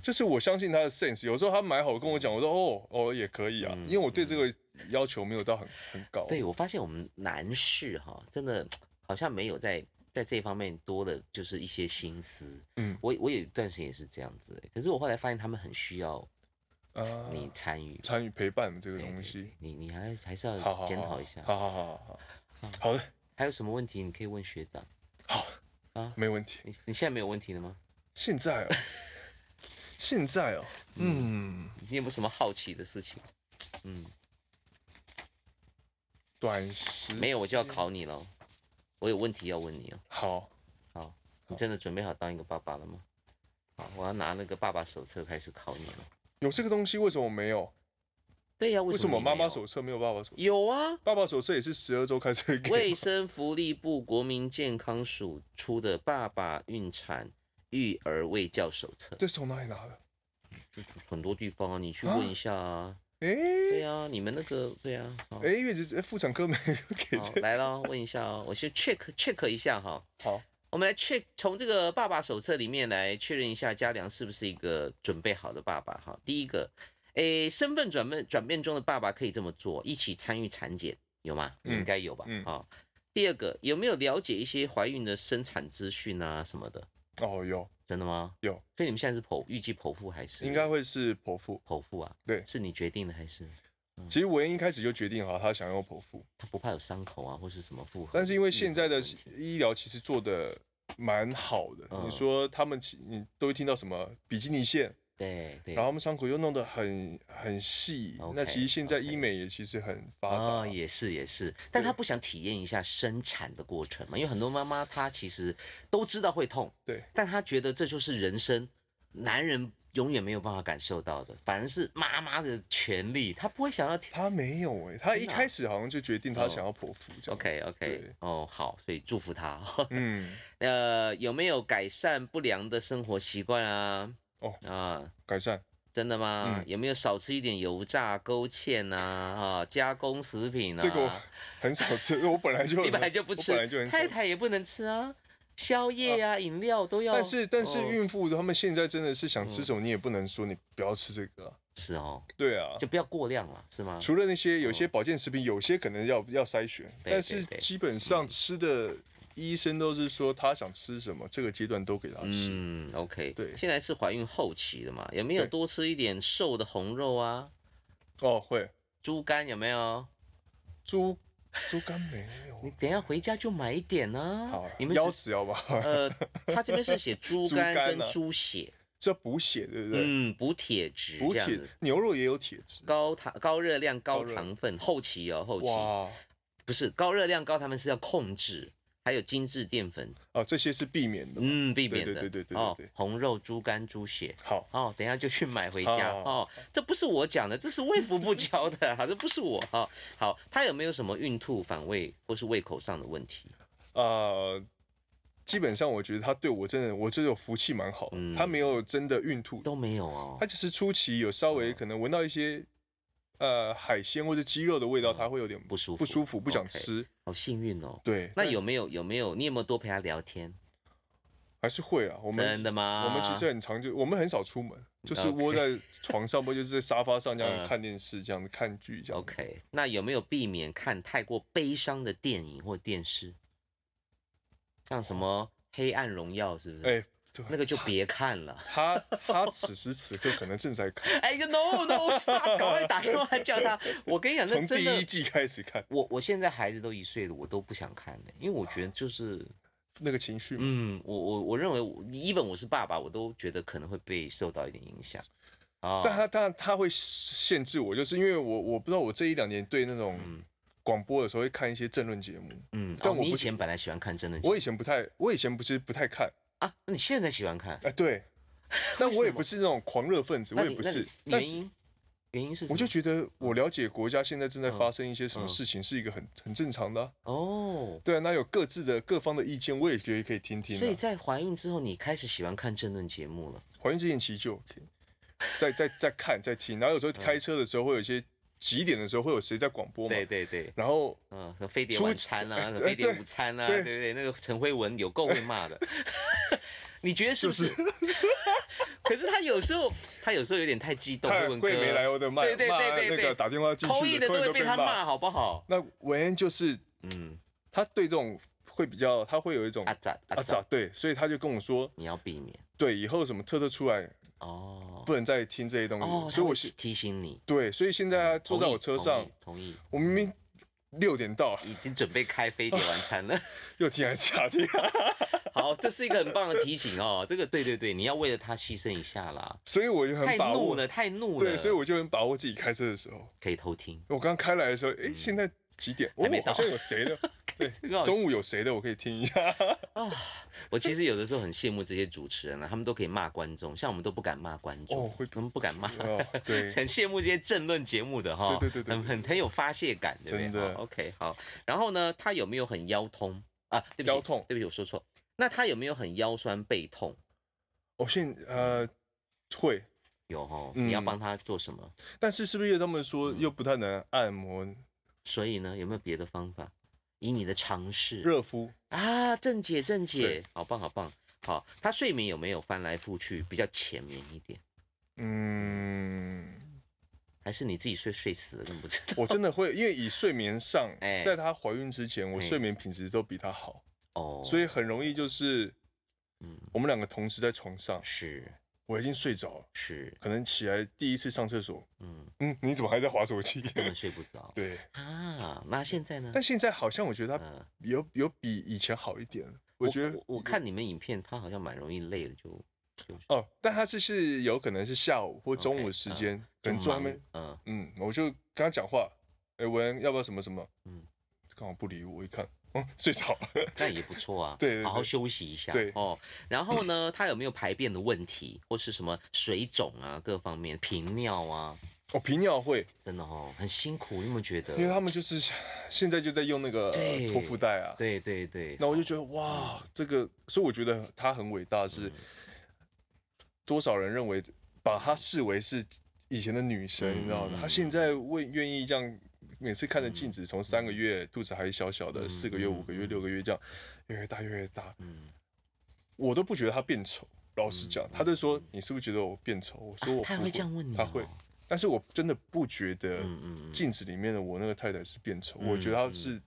Speaker 2: 就是我相信他的 sense，有时候他买好跟我讲，我说哦哦也可以啊，
Speaker 1: 嗯
Speaker 2: 因为我对这个要求没有到很很高，
Speaker 1: 对，我发现我们男士哈，真的好像没有在在这方面多的，就是一些心思。
Speaker 2: 嗯
Speaker 1: 我我有一段时间也是这样子欸、可是我后来发现他们很需要
Speaker 2: 啊，
Speaker 1: 你参与
Speaker 2: 参与陪伴这个
Speaker 1: 对
Speaker 2: 东
Speaker 1: 对
Speaker 2: 西
Speaker 1: 对，你你还还是
Speaker 2: 好好
Speaker 1: 要
Speaker 2: 好
Speaker 1: 检讨一下。嗯
Speaker 2: 好好好好好，好的，
Speaker 1: 还有什么问题你可以问学长？
Speaker 2: 好
Speaker 1: 啊
Speaker 2: 没问题。
Speaker 1: 你你现在没有问题了吗？
Speaker 2: 现
Speaker 1: (laughs)
Speaker 2: 在哦，现在哦，嗯，
Speaker 1: 你有没有什么好奇的事情？嗯，
Speaker 2: 短时
Speaker 1: 没有，我就要考你了。我有问题要问你哦。
Speaker 2: 好，
Speaker 1: 好，你真的准备好当一个爸爸了吗？好，我要拿那个爸爸手册开始考你了。
Speaker 2: 有这个东西为什么没有？
Speaker 1: 对呀、
Speaker 2: 为
Speaker 1: 什
Speaker 2: 什么
Speaker 1: 你
Speaker 2: 妈
Speaker 1: 没
Speaker 2: 妈
Speaker 1: 有
Speaker 2: 手册没有爸爸手？
Speaker 1: 有啊？
Speaker 2: 爸爸手册也是十二周开始给
Speaker 1: 卫生福利部国民健康署出的《爸爸孕产育儿卫教手册》，
Speaker 2: 这是从哪里拿的？
Speaker 1: 就很多地方啊，你去问一下啊。
Speaker 2: 哎
Speaker 1: 对啊，你们那个对啊，好，
Speaker 2: 哎，月子哎妇产科没有给
Speaker 1: 好
Speaker 2: 这个，
Speaker 1: 来了，问一下啊，我先 check check 一下哈。
Speaker 2: 好，
Speaker 1: 我们来 check 从这个爸爸手册里面来确认一下嘉良是不是一个准备好的爸爸哈。第一个，诶，身份转变转变中的爸爸可以这么做，一起参与产检，有吗？你应
Speaker 2: 嗯
Speaker 1: 该有吧？
Speaker 2: 嗯
Speaker 1: 啊。第二个，有没有了解一些怀孕的生产资讯啊什么的？
Speaker 2: 哦有，
Speaker 1: 真的吗？
Speaker 2: 有
Speaker 1: 所以你们现在是剖预计剖腹还是？
Speaker 2: 应该会是剖腹。
Speaker 1: 剖腹啊。
Speaker 2: 对
Speaker 1: 是你决定的还是
Speaker 2: 其实维恩一开始就决定好他想要剖腹，
Speaker 1: 他不怕有伤口啊，或是什么复合？
Speaker 2: 但是因为现在的
Speaker 1: 愈合问题
Speaker 2: 医疗其实做的蛮好的，
Speaker 1: 嗯
Speaker 2: 你说他们其你都会听到什么比基尼线，
Speaker 1: 对对，
Speaker 2: 然后他们伤口又弄得很很细
Speaker 1: OK，
Speaker 2: 那其实现在
Speaker 1: OK
Speaker 2: 医美也其实很发
Speaker 1: 啊、
Speaker 2: 达，
Speaker 1: 也是也是，但
Speaker 2: 对
Speaker 1: 她不想体验一下生产的过程嘛，因为很多妈妈她其实都知道会痛，
Speaker 2: 对，
Speaker 1: 但她觉得这就是人生，男人永远没有办法感受到的，反而是妈妈的权利，她不会想要体。
Speaker 2: 他没有哎、他
Speaker 1: 真
Speaker 2: 一
Speaker 1: 的啊
Speaker 2: 开始好像就决定他
Speaker 1: 哦
Speaker 2: 想要剖腹这样。
Speaker 1: OK
Speaker 2: 对
Speaker 1: OK，哦好，所以祝福她。哦
Speaker 2: 嗯，
Speaker 1: (laughs) 呃，有没有改善不良的生活习惯啊？
Speaker 2: 哦
Speaker 1: 啊，
Speaker 2: 改善
Speaker 1: 真的吗？
Speaker 2: 嗯
Speaker 1: 有没有少吃一点油炸、勾芡啊？啊，加工食品啊？
Speaker 2: 这个我 (laughs) 很少吃，我本来就
Speaker 1: (laughs) 你本来就不吃，
Speaker 2: 我本来就很少
Speaker 1: 太
Speaker 2: 吃。
Speaker 1: 太也不能吃啊，宵夜啊、饮料都要。
Speaker 2: 但是但是
Speaker 1: 哦嗯
Speaker 2: 孕妇她们现在真的是想吃什么，你也不能说你不要吃这个啊、
Speaker 1: 是哦，
Speaker 2: 对啊，
Speaker 1: 就不要过量了，是吗？
Speaker 2: 除了那些有些保健食品，有些可能要要筛选，
Speaker 1: 哦对
Speaker 2: 但是
Speaker 1: 对嗯对
Speaker 2: 基本上吃的医生都是说他想吃什么，这个阶段都给他吃。
Speaker 1: 嗯，OK，
Speaker 2: 对
Speaker 1: 现在是怀孕后期的嘛，有没有
Speaker 2: 对
Speaker 1: 多吃一点瘦的红肉啊？
Speaker 2: 哦，会
Speaker 1: 猪肝有没有？
Speaker 2: 猪猪肝没有
Speaker 1: 你，等一下回家就买一点啊。
Speaker 2: 好
Speaker 1: 你们
Speaker 2: 腰
Speaker 1: 只呃
Speaker 2: 子要吧？ (laughs)
Speaker 1: 呃，他这边是写猪
Speaker 2: 猪
Speaker 1: 肝
Speaker 2: 肝
Speaker 1: 跟
Speaker 2: 啊
Speaker 1: 猪血，
Speaker 2: 是要补血，对不对？
Speaker 1: 嗯，补铁质
Speaker 2: 补
Speaker 1: 这样
Speaker 2: 铁
Speaker 1: 子，，
Speaker 2: 牛肉也有铁质。
Speaker 1: 高糖、高热量、高
Speaker 2: 高热
Speaker 1: 糖分，后期哦，后期
Speaker 2: 哇
Speaker 1: 不是高热量、高糖分是要控制，还有精致淀粉，
Speaker 2: 啊，这些是避免的嘛。
Speaker 1: 嗯，避免
Speaker 2: 对
Speaker 1: 的，
Speaker 2: 对对对对
Speaker 1: 哦
Speaker 2: 对对，
Speaker 1: 红肉、猪肝、猪血。
Speaker 2: 好，
Speaker 1: 哦，等一下就去买回家
Speaker 2: 好好
Speaker 1: 哦。这不是我讲的，这是卫福部教的，好，这不是我哦。好，他有没有什么孕吐、反胃或是胃口上的问题？
Speaker 2: 呃，基本上我觉得他对我真的，我这种福气蛮好的，
Speaker 1: 嗯
Speaker 2: 他没有真的孕吐，
Speaker 1: 都没有哦
Speaker 2: 他。就是初期有稍微可能闻到一些呃海鲜或者鸡肉的味道，他会有点
Speaker 1: 嗯不舒服
Speaker 2: 不舒服，不想
Speaker 1: OK
Speaker 2: 吃。
Speaker 1: 好幸运哦。
Speaker 2: 对，
Speaker 1: 那
Speaker 2: 但
Speaker 1: 有没有有没有你有没有多陪他聊天？
Speaker 2: 还是会啊，我
Speaker 1: 真
Speaker 2: 们。
Speaker 1: 的吗？
Speaker 2: 我们其实很常就我们很少出门，就是窝在床
Speaker 1: (laughs)
Speaker 2: 上，或者就是在沙发上这样
Speaker 1: 嗯
Speaker 2: 看电视，这样子看剧这样子。
Speaker 1: OK，那有没有避免看太过悲伤的电影或电视？像什么《黑暗荣耀》是不是？
Speaker 2: 哎，对
Speaker 1: 那个就别看了。
Speaker 2: 他他此时此刻可能正在看，
Speaker 1: 哎，no
Speaker 2: (laughs)
Speaker 1: no stop！赶快打电话叫他。我跟你讲， (laughs) 那
Speaker 2: 从
Speaker 1: 真
Speaker 2: 第
Speaker 1: 的
Speaker 2: 一，季开始看
Speaker 1: 我我现在孩子都一岁了，我都不想看了，因为我觉得就是，
Speaker 2: 那个情绪嘛。
Speaker 1: 嗯，我我我认为我，even 我是爸爸，我都觉得可能会被受到一点影响。哦，
Speaker 2: 但他但他会限制我，就是因为我我不知道我这一两年对那种广播的时候会看一些政论节目，
Speaker 1: 嗯，
Speaker 2: 但
Speaker 1: 哦，
Speaker 2: 我
Speaker 1: 你以
Speaker 2: 不
Speaker 1: 前本来喜欢看真人节目
Speaker 2: 我以前不太，我以前不是不太看，
Speaker 1: 啊，那你现在喜欢看？
Speaker 2: 哎、
Speaker 1: (laughs)
Speaker 2: 对，但我也不
Speaker 1: 为
Speaker 2: 是那种狂热分子，我
Speaker 1: 那
Speaker 2: 也
Speaker 1: 你
Speaker 2: 不
Speaker 1: 那
Speaker 2: 是
Speaker 1: 你，
Speaker 2: 但
Speaker 1: 原
Speaker 2: 是
Speaker 1: 因原因是什
Speaker 2: 我就
Speaker 1: 么
Speaker 2: 觉得我了解国家现在正在
Speaker 1: 嗯
Speaker 2: 发生一些什么
Speaker 1: 嗯
Speaker 2: 事情是一个很很正常的啊、
Speaker 1: 哦，
Speaker 2: 对啊，那有各自的各方的意见，我也觉得可以听听、
Speaker 1: 所以
Speaker 2: 啊。
Speaker 1: 在怀孕之后，你开始喜欢看政论节目了。
Speaker 2: 怀孕之前其实就有听，在在在看在听，然后有时候开车的时候会有一些几点的时候会有谁在广播嘛，
Speaker 1: 对对，
Speaker 2: 然后
Speaker 1: 嗯，什么飞碟
Speaker 2: 出
Speaker 1: 晚餐啊，什么
Speaker 2: 哎
Speaker 1: 飞碟
Speaker 2: 对
Speaker 1: 午餐啊，对
Speaker 2: 对
Speaker 1: 不对？那个陈慧文有够会骂的， (laughs) 你觉得是不是？ (laughs) 可是他有时候，他有时候有点太激动，慧
Speaker 2: 太
Speaker 1: 文哥
Speaker 2: 桂梅来欧的骂
Speaker 1: 对对
Speaker 2: 骂
Speaker 1: 对对
Speaker 2: 那
Speaker 1: 对
Speaker 2: 个打电话进
Speaker 1: 口译
Speaker 2: 去
Speaker 1: 的
Speaker 2: 的，
Speaker 1: 都
Speaker 2: 会
Speaker 1: 会
Speaker 2: 被
Speaker 1: 被他骂，。好不好？
Speaker 2: 那韦恩就是
Speaker 1: 嗯，
Speaker 2: 他对这种会比较，他会有一种
Speaker 1: 阿展阿
Speaker 2: 啊
Speaker 1: 展
Speaker 2: 咋，对，所以他就跟我说，
Speaker 1: 你要避免
Speaker 2: 对，以后什么特特出来
Speaker 1: 哦
Speaker 2: 不能再听这些东西，
Speaker 1: 哦，
Speaker 2: 所以
Speaker 1: 他
Speaker 2: 我
Speaker 1: 会
Speaker 2: 是
Speaker 1: 提醒你。
Speaker 2: 对，所以现在他坐在
Speaker 1: 同意
Speaker 2: 我车上，，
Speaker 1: 同意，
Speaker 2: 我明明六点到了，
Speaker 1: 同意已经准备开飞碟晚餐了。 (laughs)
Speaker 2: 又听还是假听，啊
Speaker 1: 好，这是一个很棒的提醒哦。这个对对对，你要为了他牺牲一下啦。
Speaker 2: 所以我就
Speaker 1: 太
Speaker 2: 很把
Speaker 1: 怒
Speaker 2: 握
Speaker 1: 了，，太怒了。
Speaker 2: 对，所以我就很把握自己开车的时候。
Speaker 1: 可以偷听，
Speaker 2: 我刚开来的时候，诶，现在几点？哦
Speaker 1: 嗯还没，到
Speaker 2: 好像有
Speaker 1: (laughs)
Speaker 2: 谁的，对
Speaker 1: 这个好，
Speaker 2: 中午有谁的，我可以听
Speaker 1: (laughs)
Speaker 2: 一下。
Speaker 1: 啊我其实有的时候很羡慕这些主持人啊，他们都可以骂观众，像我们都不敢骂观众，
Speaker 2: 哦会
Speaker 1: 我们不敢骂。
Speaker 2: 哦，对，
Speaker 1: 很羡慕这些政论节目的哈，
Speaker 2: 对对对对
Speaker 1: 很很很有发泄感，对不对？
Speaker 2: 真的
Speaker 1: 好 OK，好。然后呢，他有没有很腰痛啊？对不起，
Speaker 2: 腰痛
Speaker 1: 对不起，我说错。那他有没有很腰酸背痛？
Speaker 2: 我现呃会，
Speaker 1: 有哈，
Speaker 2: 嗯
Speaker 1: 你要帮他做什么？
Speaker 2: 但是是不是他们说
Speaker 1: 嗯
Speaker 2: 又不太能按摩
Speaker 1: 所以呢，有没有别的方法？以你的尝试，
Speaker 2: 热敷？
Speaker 1: 啊，正解正解
Speaker 2: 对，
Speaker 1: 好棒好棒，好，他睡眠有没有翻来覆去比较浅眠一点，
Speaker 2: 嗯。
Speaker 1: 还是你自己睡睡死了更不知道？
Speaker 2: 我真的会，因为以睡眠上
Speaker 1: 哎，
Speaker 2: 在她怀孕之前，我
Speaker 1: 哎
Speaker 2: 睡眠品质都比她好，
Speaker 1: 哦，
Speaker 2: 所以很容易就是
Speaker 1: 嗯，
Speaker 2: 我们两个同时在床上，
Speaker 1: 是
Speaker 2: 我已经睡着了，
Speaker 1: 是，
Speaker 2: 可能起来第一次上厕所，
Speaker 1: 嗯，
Speaker 2: 嗯，你怎么还在划手机？ (laughs)
Speaker 1: 根本睡不着
Speaker 2: 对，
Speaker 1: 啊。那现在呢？
Speaker 2: 但现在好像我觉得她
Speaker 1: 嗯，
Speaker 2: 有有比以前好一点了，我觉得
Speaker 1: 我我看你们影片，他好像蛮容易累的，就
Speaker 2: 哦，但她这是有可能是下午或中
Speaker 1: OK，
Speaker 2: 午时间，可
Speaker 1: 就
Speaker 2: 能专
Speaker 1: 忙
Speaker 2: 门，
Speaker 1: 嗯，
Speaker 2: 嗯，我就跟她讲话，哎，文要不要什么什么？
Speaker 1: 嗯
Speaker 2: 嗯，刚好不理我，一看，嗯，睡着了。，
Speaker 1: 那也不错啊
Speaker 2: (laughs) 对对
Speaker 1: 好好
Speaker 2: 对
Speaker 1: 休息一下，
Speaker 2: 对
Speaker 1: 哦。然后呢，他有没有排便的问题，或是什么水肿啊，各方面频尿啊？
Speaker 2: 我频尿会，
Speaker 1: 真的哦，很辛苦，你有没有觉得？
Speaker 2: 因为他们就是 (laughs) 现在就在用那个
Speaker 1: 对
Speaker 2: 托腹带啊。
Speaker 1: 对对对，
Speaker 2: 那我就觉得哇，这个，所以我觉得他很伟大
Speaker 1: 嗯
Speaker 2: 是，多少人认为把她视为是以前的女神，
Speaker 1: 嗯
Speaker 2: 你知道吗？她现在为愿意这样。每次看着镜子，从三个月肚子还小小的，
Speaker 1: 嗯
Speaker 2: 四个月、
Speaker 1: 嗯
Speaker 2: 五个月、六个月这样，越来越大，越来越大，
Speaker 1: 嗯，
Speaker 2: 我都不觉得她变丑。老实讲
Speaker 1: 嗯，
Speaker 2: 她就说：“你是不是觉得我变丑？”我说：“我
Speaker 1: 啊他
Speaker 2: 不
Speaker 1: 会这样问你、哦，
Speaker 2: 她会，但是我真的不觉得
Speaker 1: 嗯嗯嗯，
Speaker 2: 镜子里面的我那个太太是变丑，
Speaker 1: 嗯
Speaker 2: 我觉得她是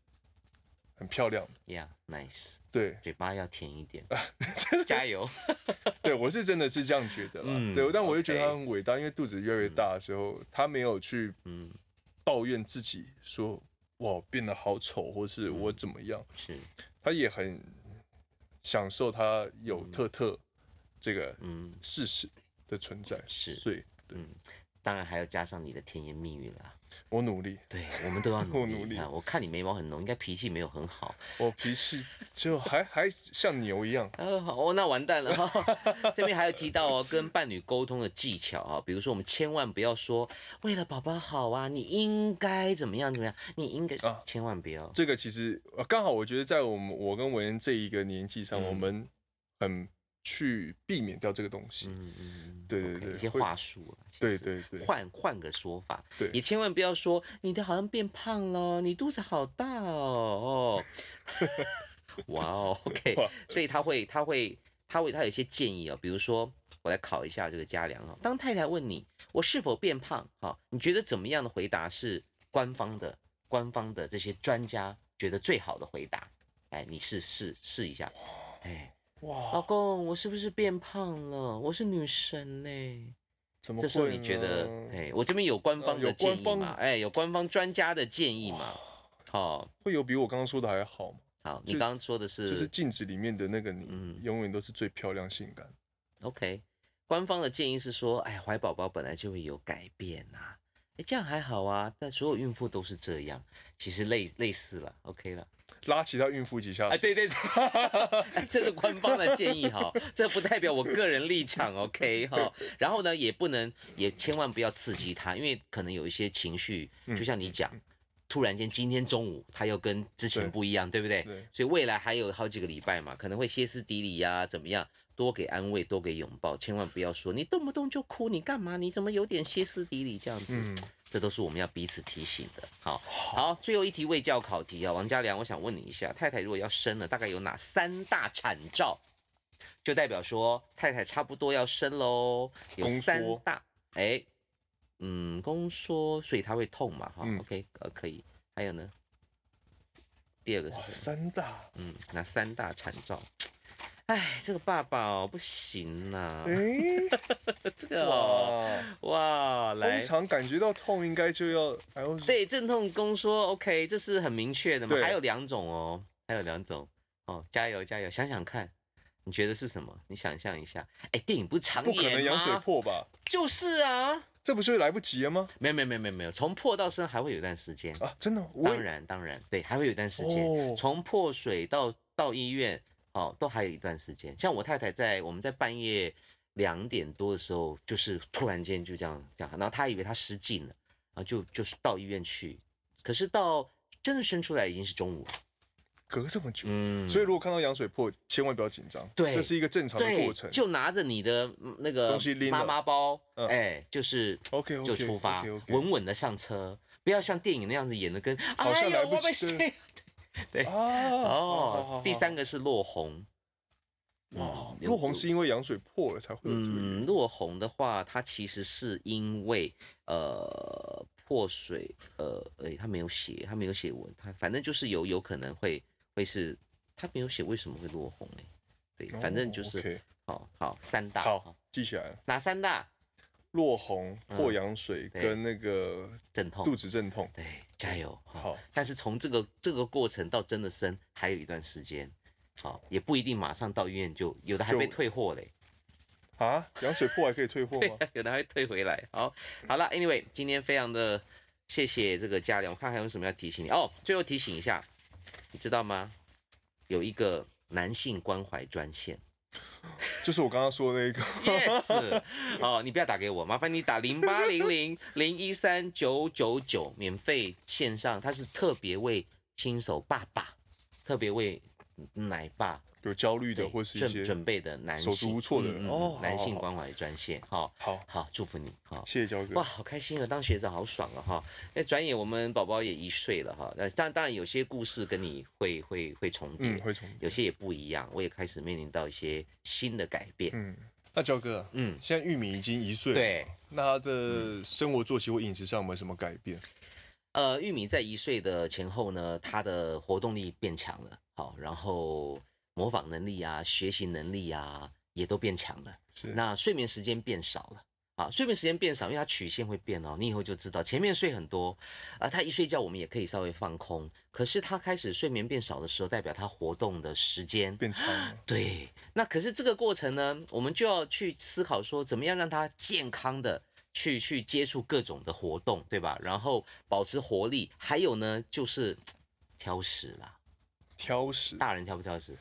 Speaker 2: 很漂亮的。
Speaker 1: ，Yeah，nice，
Speaker 2: 对
Speaker 1: 嘴巴要甜一
Speaker 2: (laughs)
Speaker 1: 点，加油，
Speaker 2: 对，我是真的是这样觉得啦。
Speaker 1: 嗯
Speaker 2: 对，但我就觉得
Speaker 1: OK
Speaker 2: 她很伟大，因为肚子越来越大的时候，她没有去
Speaker 1: 嗯，
Speaker 2: 抱怨自己说哇我变得好丑，或是
Speaker 1: 嗯
Speaker 2: 我怎么样，
Speaker 1: 是，
Speaker 2: 她也很享受她有特特这个
Speaker 1: 嗯
Speaker 2: 事实的存在。
Speaker 1: 是
Speaker 2: 所以
Speaker 1: 嗯，当然还要加上你的甜言蜜语啦。
Speaker 2: 我努力，
Speaker 1: 对，我们都要努
Speaker 2: (laughs) 我
Speaker 1: 力。
Speaker 2: 努力
Speaker 1: 啊我看你眉毛很浓，应该脾气没有很好。
Speaker 2: 我脾气就还还像牛一样。
Speaker 1: 呃，好哦，那完蛋了。
Speaker 2: (laughs)
Speaker 1: 哈。这边还有提到哦，跟伴侣沟通的技巧啊，比如说我们千万不要说为了宝宝好啊，你应该怎么样怎么样，你应该、
Speaker 2: 啊
Speaker 1: 千万不要。
Speaker 2: 这个其实呃刚好，我觉得在我们我跟文恩这一个年纪上，
Speaker 1: 嗯
Speaker 2: 我们很去避免掉这个东西。
Speaker 1: 嗯嗯，
Speaker 2: 对对
Speaker 1: OK，
Speaker 2: 对
Speaker 1: 一些
Speaker 2: 会
Speaker 1: 话术啊，其
Speaker 2: 对
Speaker 1: 实
Speaker 2: 对对
Speaker 1: 换换个说法，
Speaker 2: 对
Speaker 1: 也千万不要说你的好像变胖了，你肚子好大哦，哦，哇哦，OK，
Speaker 2: 哇
Speaker 1: 所以他会他会他会他有一些建议啊、比如说我来考一下这个嘉良啊、当太太问你我是否变胖，哈、你觉得怎么样的回答是官方的官方的这些专家觉得最好的回答？哎，你试试试一下，哎。老
Speaker 2: 哇，
Speaker 1: 公，我是不是变胖了？我是女神呢、
Speaker 2: 怎么
Speaker 1: 这时候
Speaker 2: 会
Speaker 1: 你觉得
Speaker 2: 呢，
Speaker 1: 哎、我这边有官方的
Speaker 2: 呃有官
Speaker 1: 建议嘛？
Speaker 2: 方
Speaker 1: 哎、有官方专家的建议嘛？好、
Speaker 2: 会有比我刚刚说的还好吗？
Speaker 1: 好，你
Speaker 2: 就
Speaker 1: 刚刚说的是、
Speaker 2: 就是镜子里面的那个你
Speaker 1: 嗯，
Speaker 2: 永远都是最漂亮、性感。
Speaker 1: OK，官方的建议是说，哎，怀宝宝本来就会有改变呐、啊，哎，这样还好啊。但所有孕妇都是这样，其实类类似了，OK 了。
Speaker 2: 拉其他孕妇几下
Speaker 1: 啊，，对对对，哎 (laughs) 这是官方的建议哈，这不代表我个人立场，OK 哈。然后呢，也不能，也千万不要刺激他，因为可能有一些情绪，就像你讲，突然间今天中午他又跟之前
Speaker 2: 对
Speaker 1: 不一样，对不对？
Speaker 2: 对
Speaker 1: 所以未来还有好几个礼拜嘛，可能会歇斯底里呀、怎么样？多给安慰，多给拥抱，千万不要说你动不动就哭，你干嘛？你怎么有点歇斯底里这样子？
Speaker 2: 嗯，
Speaker 1: 这都是我们要彼此提醒的。好，好，最后一题卫教考题啊，王家良，我想问你一下，太太如果要生了，大概有哪三大产兆，就代表说太太差不多要生喽？有
Speaker 2: 宫缩
Speaker 1: 三大，哎，嗯，宫缩，所以她会痛嘛？哈、
Speaker 2: 嗯
Speaker 1: o k 呃，可以。还有呢？第二个是
Speaker 2: 哇，
Speaker 1: 什么？
Speaker 2: 三大，
Speaker 1: 嗯，哪三大产兆？哎，这个爸爸哦，不行呐、
Speaker 2: 哎，
Speaker 1: 这个啊 (laughs) 哦，
Speaker 2: 哇，
Speaker 1: 哇，来
Speaker 2: 通，常感觉到痛应该就要，哎呦，
Speaker 1: 对，阵痛宫说 OK，这是很明确的嘛。
Speaker 2: 对
Speaker 1: 还有两种哦，还有两种哦，加油加油！想想看，你觉得是什么？你想象一下，哎，电影不是常
Speaker 2: 不可能
Speaker 1: 演
Speaker 2: 羊水
Speaker 1: 吗？
Speaker 2: 破吧？
Speaker 1: 就是啊，
Speaker 2: 这不就来不及了吗？
Speaker 1: 没有没有没有没有没有，从破到生还会有一段时间，
Speaker 2: 啊，真的，我
Speaker 1: 当然当然，对，还会有一段时间，
Speaker 2: 哦
Speaker 1: 从破水到到医院哦，都还有一段时间。像我太太在我们在半夜两点多的时候，就是突然间就这样这样，然后她以为她失禁了，然后就就是到医院去，可是到真的生出来已经是中午了，
Speaker 2: 隔这么久，
Speaker 1: 嗯
Speaker 2: 所以如果看到羊水破，千万不要紧张，
Speaker 1: 对
Speaker 2: 这是一个正常的
Speaker 1: 对
Speaker 2: 过程，。
Speaker 1: 就拿着你的嗯那个
Speaker 2: 东西拎了
Speaker 1: 妈妈包，
Speaker 2: 嗯
Speaker 1: 哎，就是。
Speaker 2: OK OK，
Speaker 1: 就出发
Speaker 2: OK OK，
Speaker 1: 稳稳的上车，不要像电影那样子演的跟，
Speaker 2: 好像
Speaker 1: 哎
Speaker 2: 来
Speaker 1: 呦，
Speaker 2: 不
Speaker 1: 我被
Speaker 2: 及
Speaker 1: 谁
Speaker 2: 啊，
Speaker 1: 哦，第三
Speaker 2: 个，
Speaker 1: 个是落红。
Speaker 2: 哇
Speaker 1: 嗯，有
Speaker 2: 哦落红是因为羊水破了才会有这个原因
Speaker 1: 嗯，落红的话，它其实是因为呃破水，呃，诶，它没有写，它没有写文，它反正就是有有可能会会是，它没有写为什么会落红诶，对，反正就
Speaker 2: 哦
Speaker 1: 是
Speaker 2: ，OK，
Speaker 1: 好好三大，
Speaker 2: 好，记起来了，
Speaker 1: 哪三大？
Speaker 2: 落红、
Speaker 1: 嗯
Speaker 2: 破羊水
Speaker 1: 对
Speaker 2: 跟那个
Speaker 1: 阵痛，
Speaker 2: 肚子阵痛，
Speaker 1: 对，加油，
Speaker 2: 好，
Speaker 1: 但是从这个这个过程到真的生还有一段时间，好，也不一定马上到医院就，有的还
Speaker 2: 就
Speaker 1: 被退货嘞。
Speaker 2: 啊，羊水破还可以退货吗？
Speaker 1: 有的还会退回来。好，好了，Anyway，今天非常的谢谢这个嘉良，我看还有什么要提醒你哦。最后提醒一下，你知道吗？有一个男性关怀专线
Speaker 2: 就是我刚刚说的那个， (laughs)
Speaker 1: ，Yes，哦， (laughs) 你不要打给我，麻烦你打零八零零零一三九九九，免费线上，它是特别为新手爸爸，特别为奶爸
Speaker 2: 有焦虑的
Speaker 1: 对
Speaker 2: 或是一些
Speaker 1: 准准备的男性
Speaker 2: 手足无措的人
Speaker 1: 嗯嗯嗯
Speaker 2: 哦
Speaker 1: 男性
Speaker 2: 好好
Speaker 1: 关怀专线，好
Speaker 2: 好，
Speaker 1: 好祝福你，好。
Speaker 2: 谢谢焦哥
Speaker 1: 哇，，好开心啊！当学长好爽啊哈！哎，转眼我们宝宝也一岁了哈。那当当然有些故事跟你会会会重叠，
Speaker 2: 嗯，会从，
Speaker 1: 有些也不一样。我也开始面临到一些新的改变。
Speaker 2: 嗯，那焦哥，
Speaker 1: 嗯，
Speaker 2: 现在玉米已经一岁，
Speaker 1: 对，
Speaker 2: 那他的生活作息或饮食上有没有什么改变？
Speaker 1: 呃，玉米在一岁的前后呢，他的活动力变强了，好，然后模仿能力啊、学习能力啊也都变强了。
Speaker 2: 是
Speaker 1: 那睡眠时间变少了。好，睡眠时间变少，因为它曲线会变哦。你以后就知道，前面睡很多，啊，他一睡觉我们也可以稍微放空。可是他开始睡眠变少的时候，代表他活动的时间
Speaker 2: 变长了。
Speaker 1: 对。那可是这个过程呢，我们就要去思考说，怎么样让他健康的去去接触各种的活动，对吧？然后保持活力，还有呢就是挑食啦。
Speaker 2: 挑食
Speaker 1: 大人挑不挑食？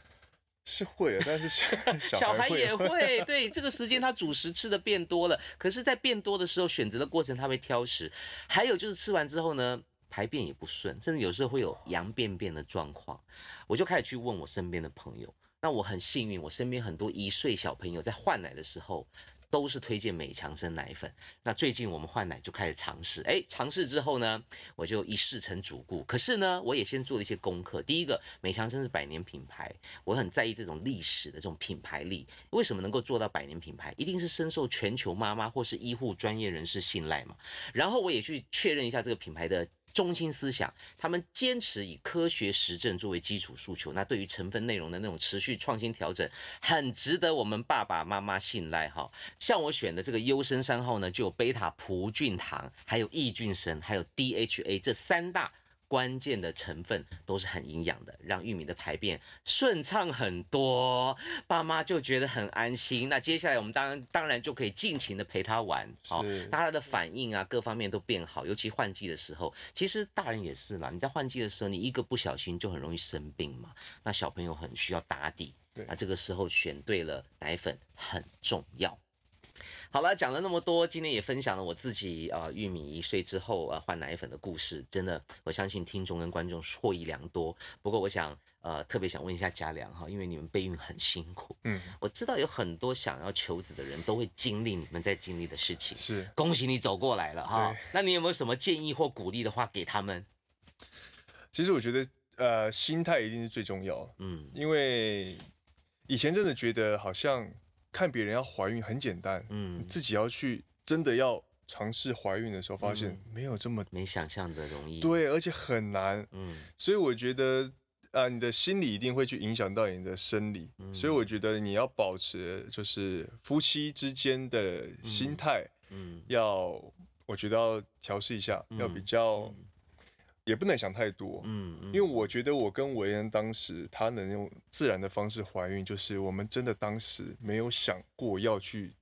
Speaker 2: 是会啊的，但是
Speaker 1: (laughs)
Speaker 2: 小
Speaker 1: 小孩
Speaker 2: 孩 (laughs)
Speaker 1: 也
Speaker 2: 会。啊
Speaker 1: 会，对，这个时间他主食吃的变多了，可是，在变多的时候，选择的过程他会挑食，还有就是吃完之后呢，排便也不顺，甚至有时候会有羊便便的状况，我就开始去问我身边的朋友，那我很幸运，我身边很多一岁小朋友在换奶的时候。都是推荐美强生奶粉。那最近我们换奶就开始尝试，哎，尝试之后呢，我就一试成主顾。可是呢，我也先做了一些功课。第一个，美强生是百年品牌，我很在意这种历史的这种品牌力。为什么能够做到百年品牌？一定是深受全球妈妈或是医护专业人士信赖嘛。然后我也去确认一下这个品牌的中心思想，他们坚持以科学实证作为基础诉求。那对于成分内容的那种持续创新调整，很值得我们爸爸妈妈信赖哈。像我选的这个优生三号呢，就有贝塔葡聚糖，还有益菌神，还有 DHA 这三大。关键的成分都是很营养的，让玉米的排便顺畅很多，爸妈就觉得很安心。那接下来我们当然当然就可以尽情的陪他玩，好、
Speaker 2: 是
Speaker 1: 那他的反应啊各方面都变好，尤其换季的时候，其实大人也是啦，你在换季的时候，你一个不小心就很容易生病嘛。那小朋友很需要打底
Speaker 2: 对，
Speaker 1: 那这个时候选对了奶粉很重要。好了，讲了那么多，今天也分享了我自己啊、呃玉米一岁之后啊、呃换奶粉的故事，真的我相信听众跟观众获益良多。不过我想呃特别想问一下嘉良哈，因为你们备孕很辛苦，
Speaker 2: 嗯，
Speaker 1: 我知道有很多想要求子的人都会经历你们在经历的事情，
Speaker 2: 是。
Speaker 1: 恭喜你走过来了哈
Speaker 2: 对。
Speaker 1: 那你有没有什么建议或鼓励的话给他们？
Speaker 2: 其实我觉得，呃，心态一定是最重要的，
Speaker 1: 嗯
Speaker 2: 因为以前真的觉得好像看别人要怀孕很简单，
Speaker 1: 嗯，
Speaker 2: 自己要去真的要尝试怀孕的时候，发现
Speaker 1: 嗯
Speaker 2: 没有这么、
Speaker 1: 没想象的容易。，
Speaker 2: 对，而且很难。
Speaker 1: 嗯
Speaker 2: 所以我觉得，啊、你的心理一定会去影响到你的生理，
Speaker 1: 嗯
Speaker 2: 所以我觉得你要保持就是夫妻之间的心态，
Speaker 1: 嗯
Speaker 2: 要我觉得要调试一下，要比较，也不能想太多，
Speaker 1: 嗯嗯，
Speaker 2: 因为我觉得我跟维恩当时她能用自然的方式怀孕，就是我们真的当时没有想过要去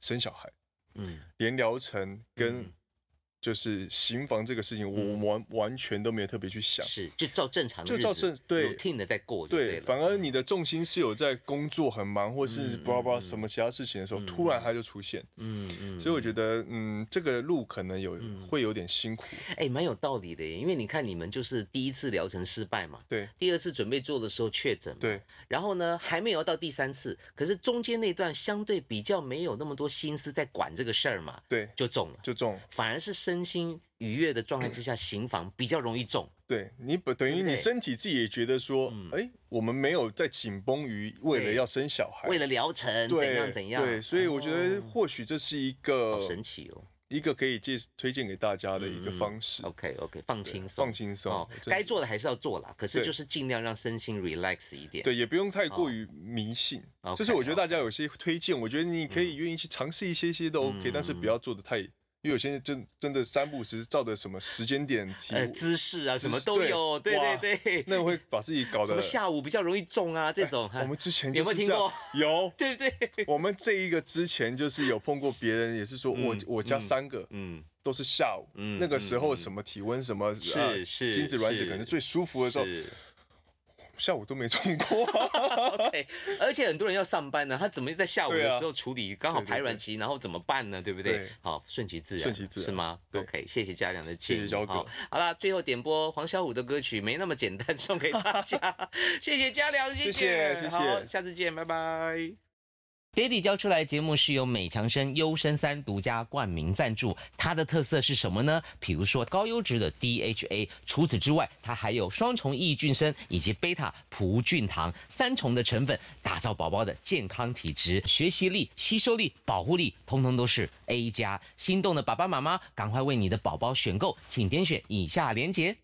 Speaker 2: 生小孩，
Speaker 1: 嗯
Speaker 2: 连疗程跟
Speaker 1: 嗯
Speaker 2: 就是行房这个事情，我完完全都没有特别去想。
Speaker 1: 是就照正常的
Speaker 2: 就
Speaker 1: 日
Speaker 2: 照
Speaker 1: 子
Speaker 2: 正对
Speaker 1: routine 的在过就
Speaker 2: 对，
Speaker 1: 了。
Speaker 2: 反而你的重心是有在工作很忙，或是
Speaker 1: 嗯
Speaker 2: 巴拉巴拉
Speaker 1: 嗯
Speaker 2: 什么其他事情的时候，
Speaker 1: 嗯
Speaker 2: 突然它就出现，
Speaker 1: 嗯嗯，
Speaker 2: 所以我
Speaker 1: 嗯
Speaker 2: 觉得，嗯，这个路可能有
Speaker 1: 嗯
Speaker 2: 会有点辛苦，
Speaker 1: 哎，蛮有道理的耶，因为你看你们就是第一次疗程失败嘛，
Speaker 2: 对
Speaker 1: 第二次准备做的时候确诊嘛，
Speaker 2: 对，
Speaker 1: 然后呢还没有到第三次，可是中间那段相对比较没有那么多心思在管这个事儿嘛，
Speaker 2: 对，
Speaker 1: 就中了，
Speaker 2: 就中了，
Speaker 1: 反而是身心愉悦的状态之下，行房比较容易中，
Speaker 2: 对你本等于
Speaker 1: 对不对嗯
Speaker 2: 你身体自己也觉得说，哎，我们没有在紧绷于为了
Speaker 1: 对
Speaker 2: 要生小孩，
Speaker 1: 为了疗程
Speaker 2: 哎对
Speaker 1: 怎样怎样，
Speaker 2: 对，所以我觉得呃
Speaker 1: 哦
Speaker 2: 或许这是一个
Speaker 1: 好神奇哦。
Speaker 2: 一个可以介推荐给大家的一个
Speaker 1: 嗯嗯
Speaker 2: 方式，
Speaker 1: OK OK，放
Speaker 2: 对
Speaker 1: 轻松，
Speaker 2: 放轻松
Speaker 1: 哦，，
Speaker 2: 真的
Speaker 1: 该做的还是要做啦，可是
Speaker 2: 对
Speaker 1: 就是尽量让身心 relax 一点。哦
Speaker 2: 对，也不用太过于迷信。
Speaker 1: OK，
Speaker 2: 就是我觉得大家有些推荐，我觉得你可以愿意去尝试一些些都 OK，、
Speaker 1: 嗯
Speaker 2: 但是不要做的太，因为有些人真真的三不五时照着什么时间点提，
Speaker 1: 呃，姿势啊，什么都
Speaker 2: 对
Speaker 1: 有，对
Speaker 2: 哇
Speaker 1: 对对，
Speaker 2: 那会把自己搞
Speaker 1: 什
Speaker 2: 得
Speaker 1: 么。下午比较容易中啊，这种哈
Speaker 2: 我，们之前
Speaker 1: 有没有
Speaker 2: 就是
Speaker 1: 听
Speaker 2: 这样
Speaker 1: 过？，
Speaker 2: 有
Speaker 1: 对不对？ (laughs)
Speaker 2: 我们这一个之前就是有碰过别人，也是说我
Speaker 1: 嗯
Speaker 2: 我家
Speaker 1: 嗯
Speaker 2: 三个
Speaker 1: 嗯，
Speaker 2: 都是下午，
Speaker 1: 嗯
Speaker 2: 那个时候
Speaker 1: 嗯嗯
Speaker 2: 什么体温什么
Speaker 1: 是
Speaker 2: 呃
Speaker 1: 是
Speaker 2: 精子卵子
Speaker 1: 是
Speaker 2: 可能最舒服的时候，
Speaker 1: 是
Speaker 2: 下午都没中过。 (laughs)
Speaker 1: OK。而且很多人要上班呢，他怎么在下午
Speaker 2: 对
Speaker 1: 的
Speaker 2: 啊
Speaker 1: 时候处理刚好
Speaker 2: 对对
Speaker 1: 排
Speaker 2: 对
Speaker 1: 卵期，然后怎么办呢？对不对
Speaker 2: 对？
Speaker 1: 好，顺其自然，
Speaker 2: 顺其自然
Speaker 1: 是吗
Speaker 2: 对
Speaker 1: ？OK，谢谢嘉良的建议。
Speaker 2: 谢谢焦哥
Speaker 1: 好，好啦，最后点播黄小琥的歌曲《没那么简单》 (laughs) 送给大家， (laughs) 谢谢嘉良，谢
Speaker 2: 谢谢谢谢
Speaker 1: 好，下次见，拜拜。Daddy 教出来节目是由美强生优生三独家冠名赞助，它的特色是什么呢？比如说高优质的 DHA，除此之外，它还有双重益菌生以及贝塔葡菌糖三重的成分，打造宝宝的健康体质、学习力、吸收力、保护力，通通都是 A 加。心动的爸爸妈妈，赶快为你的宝宝选购，请点选以下链接。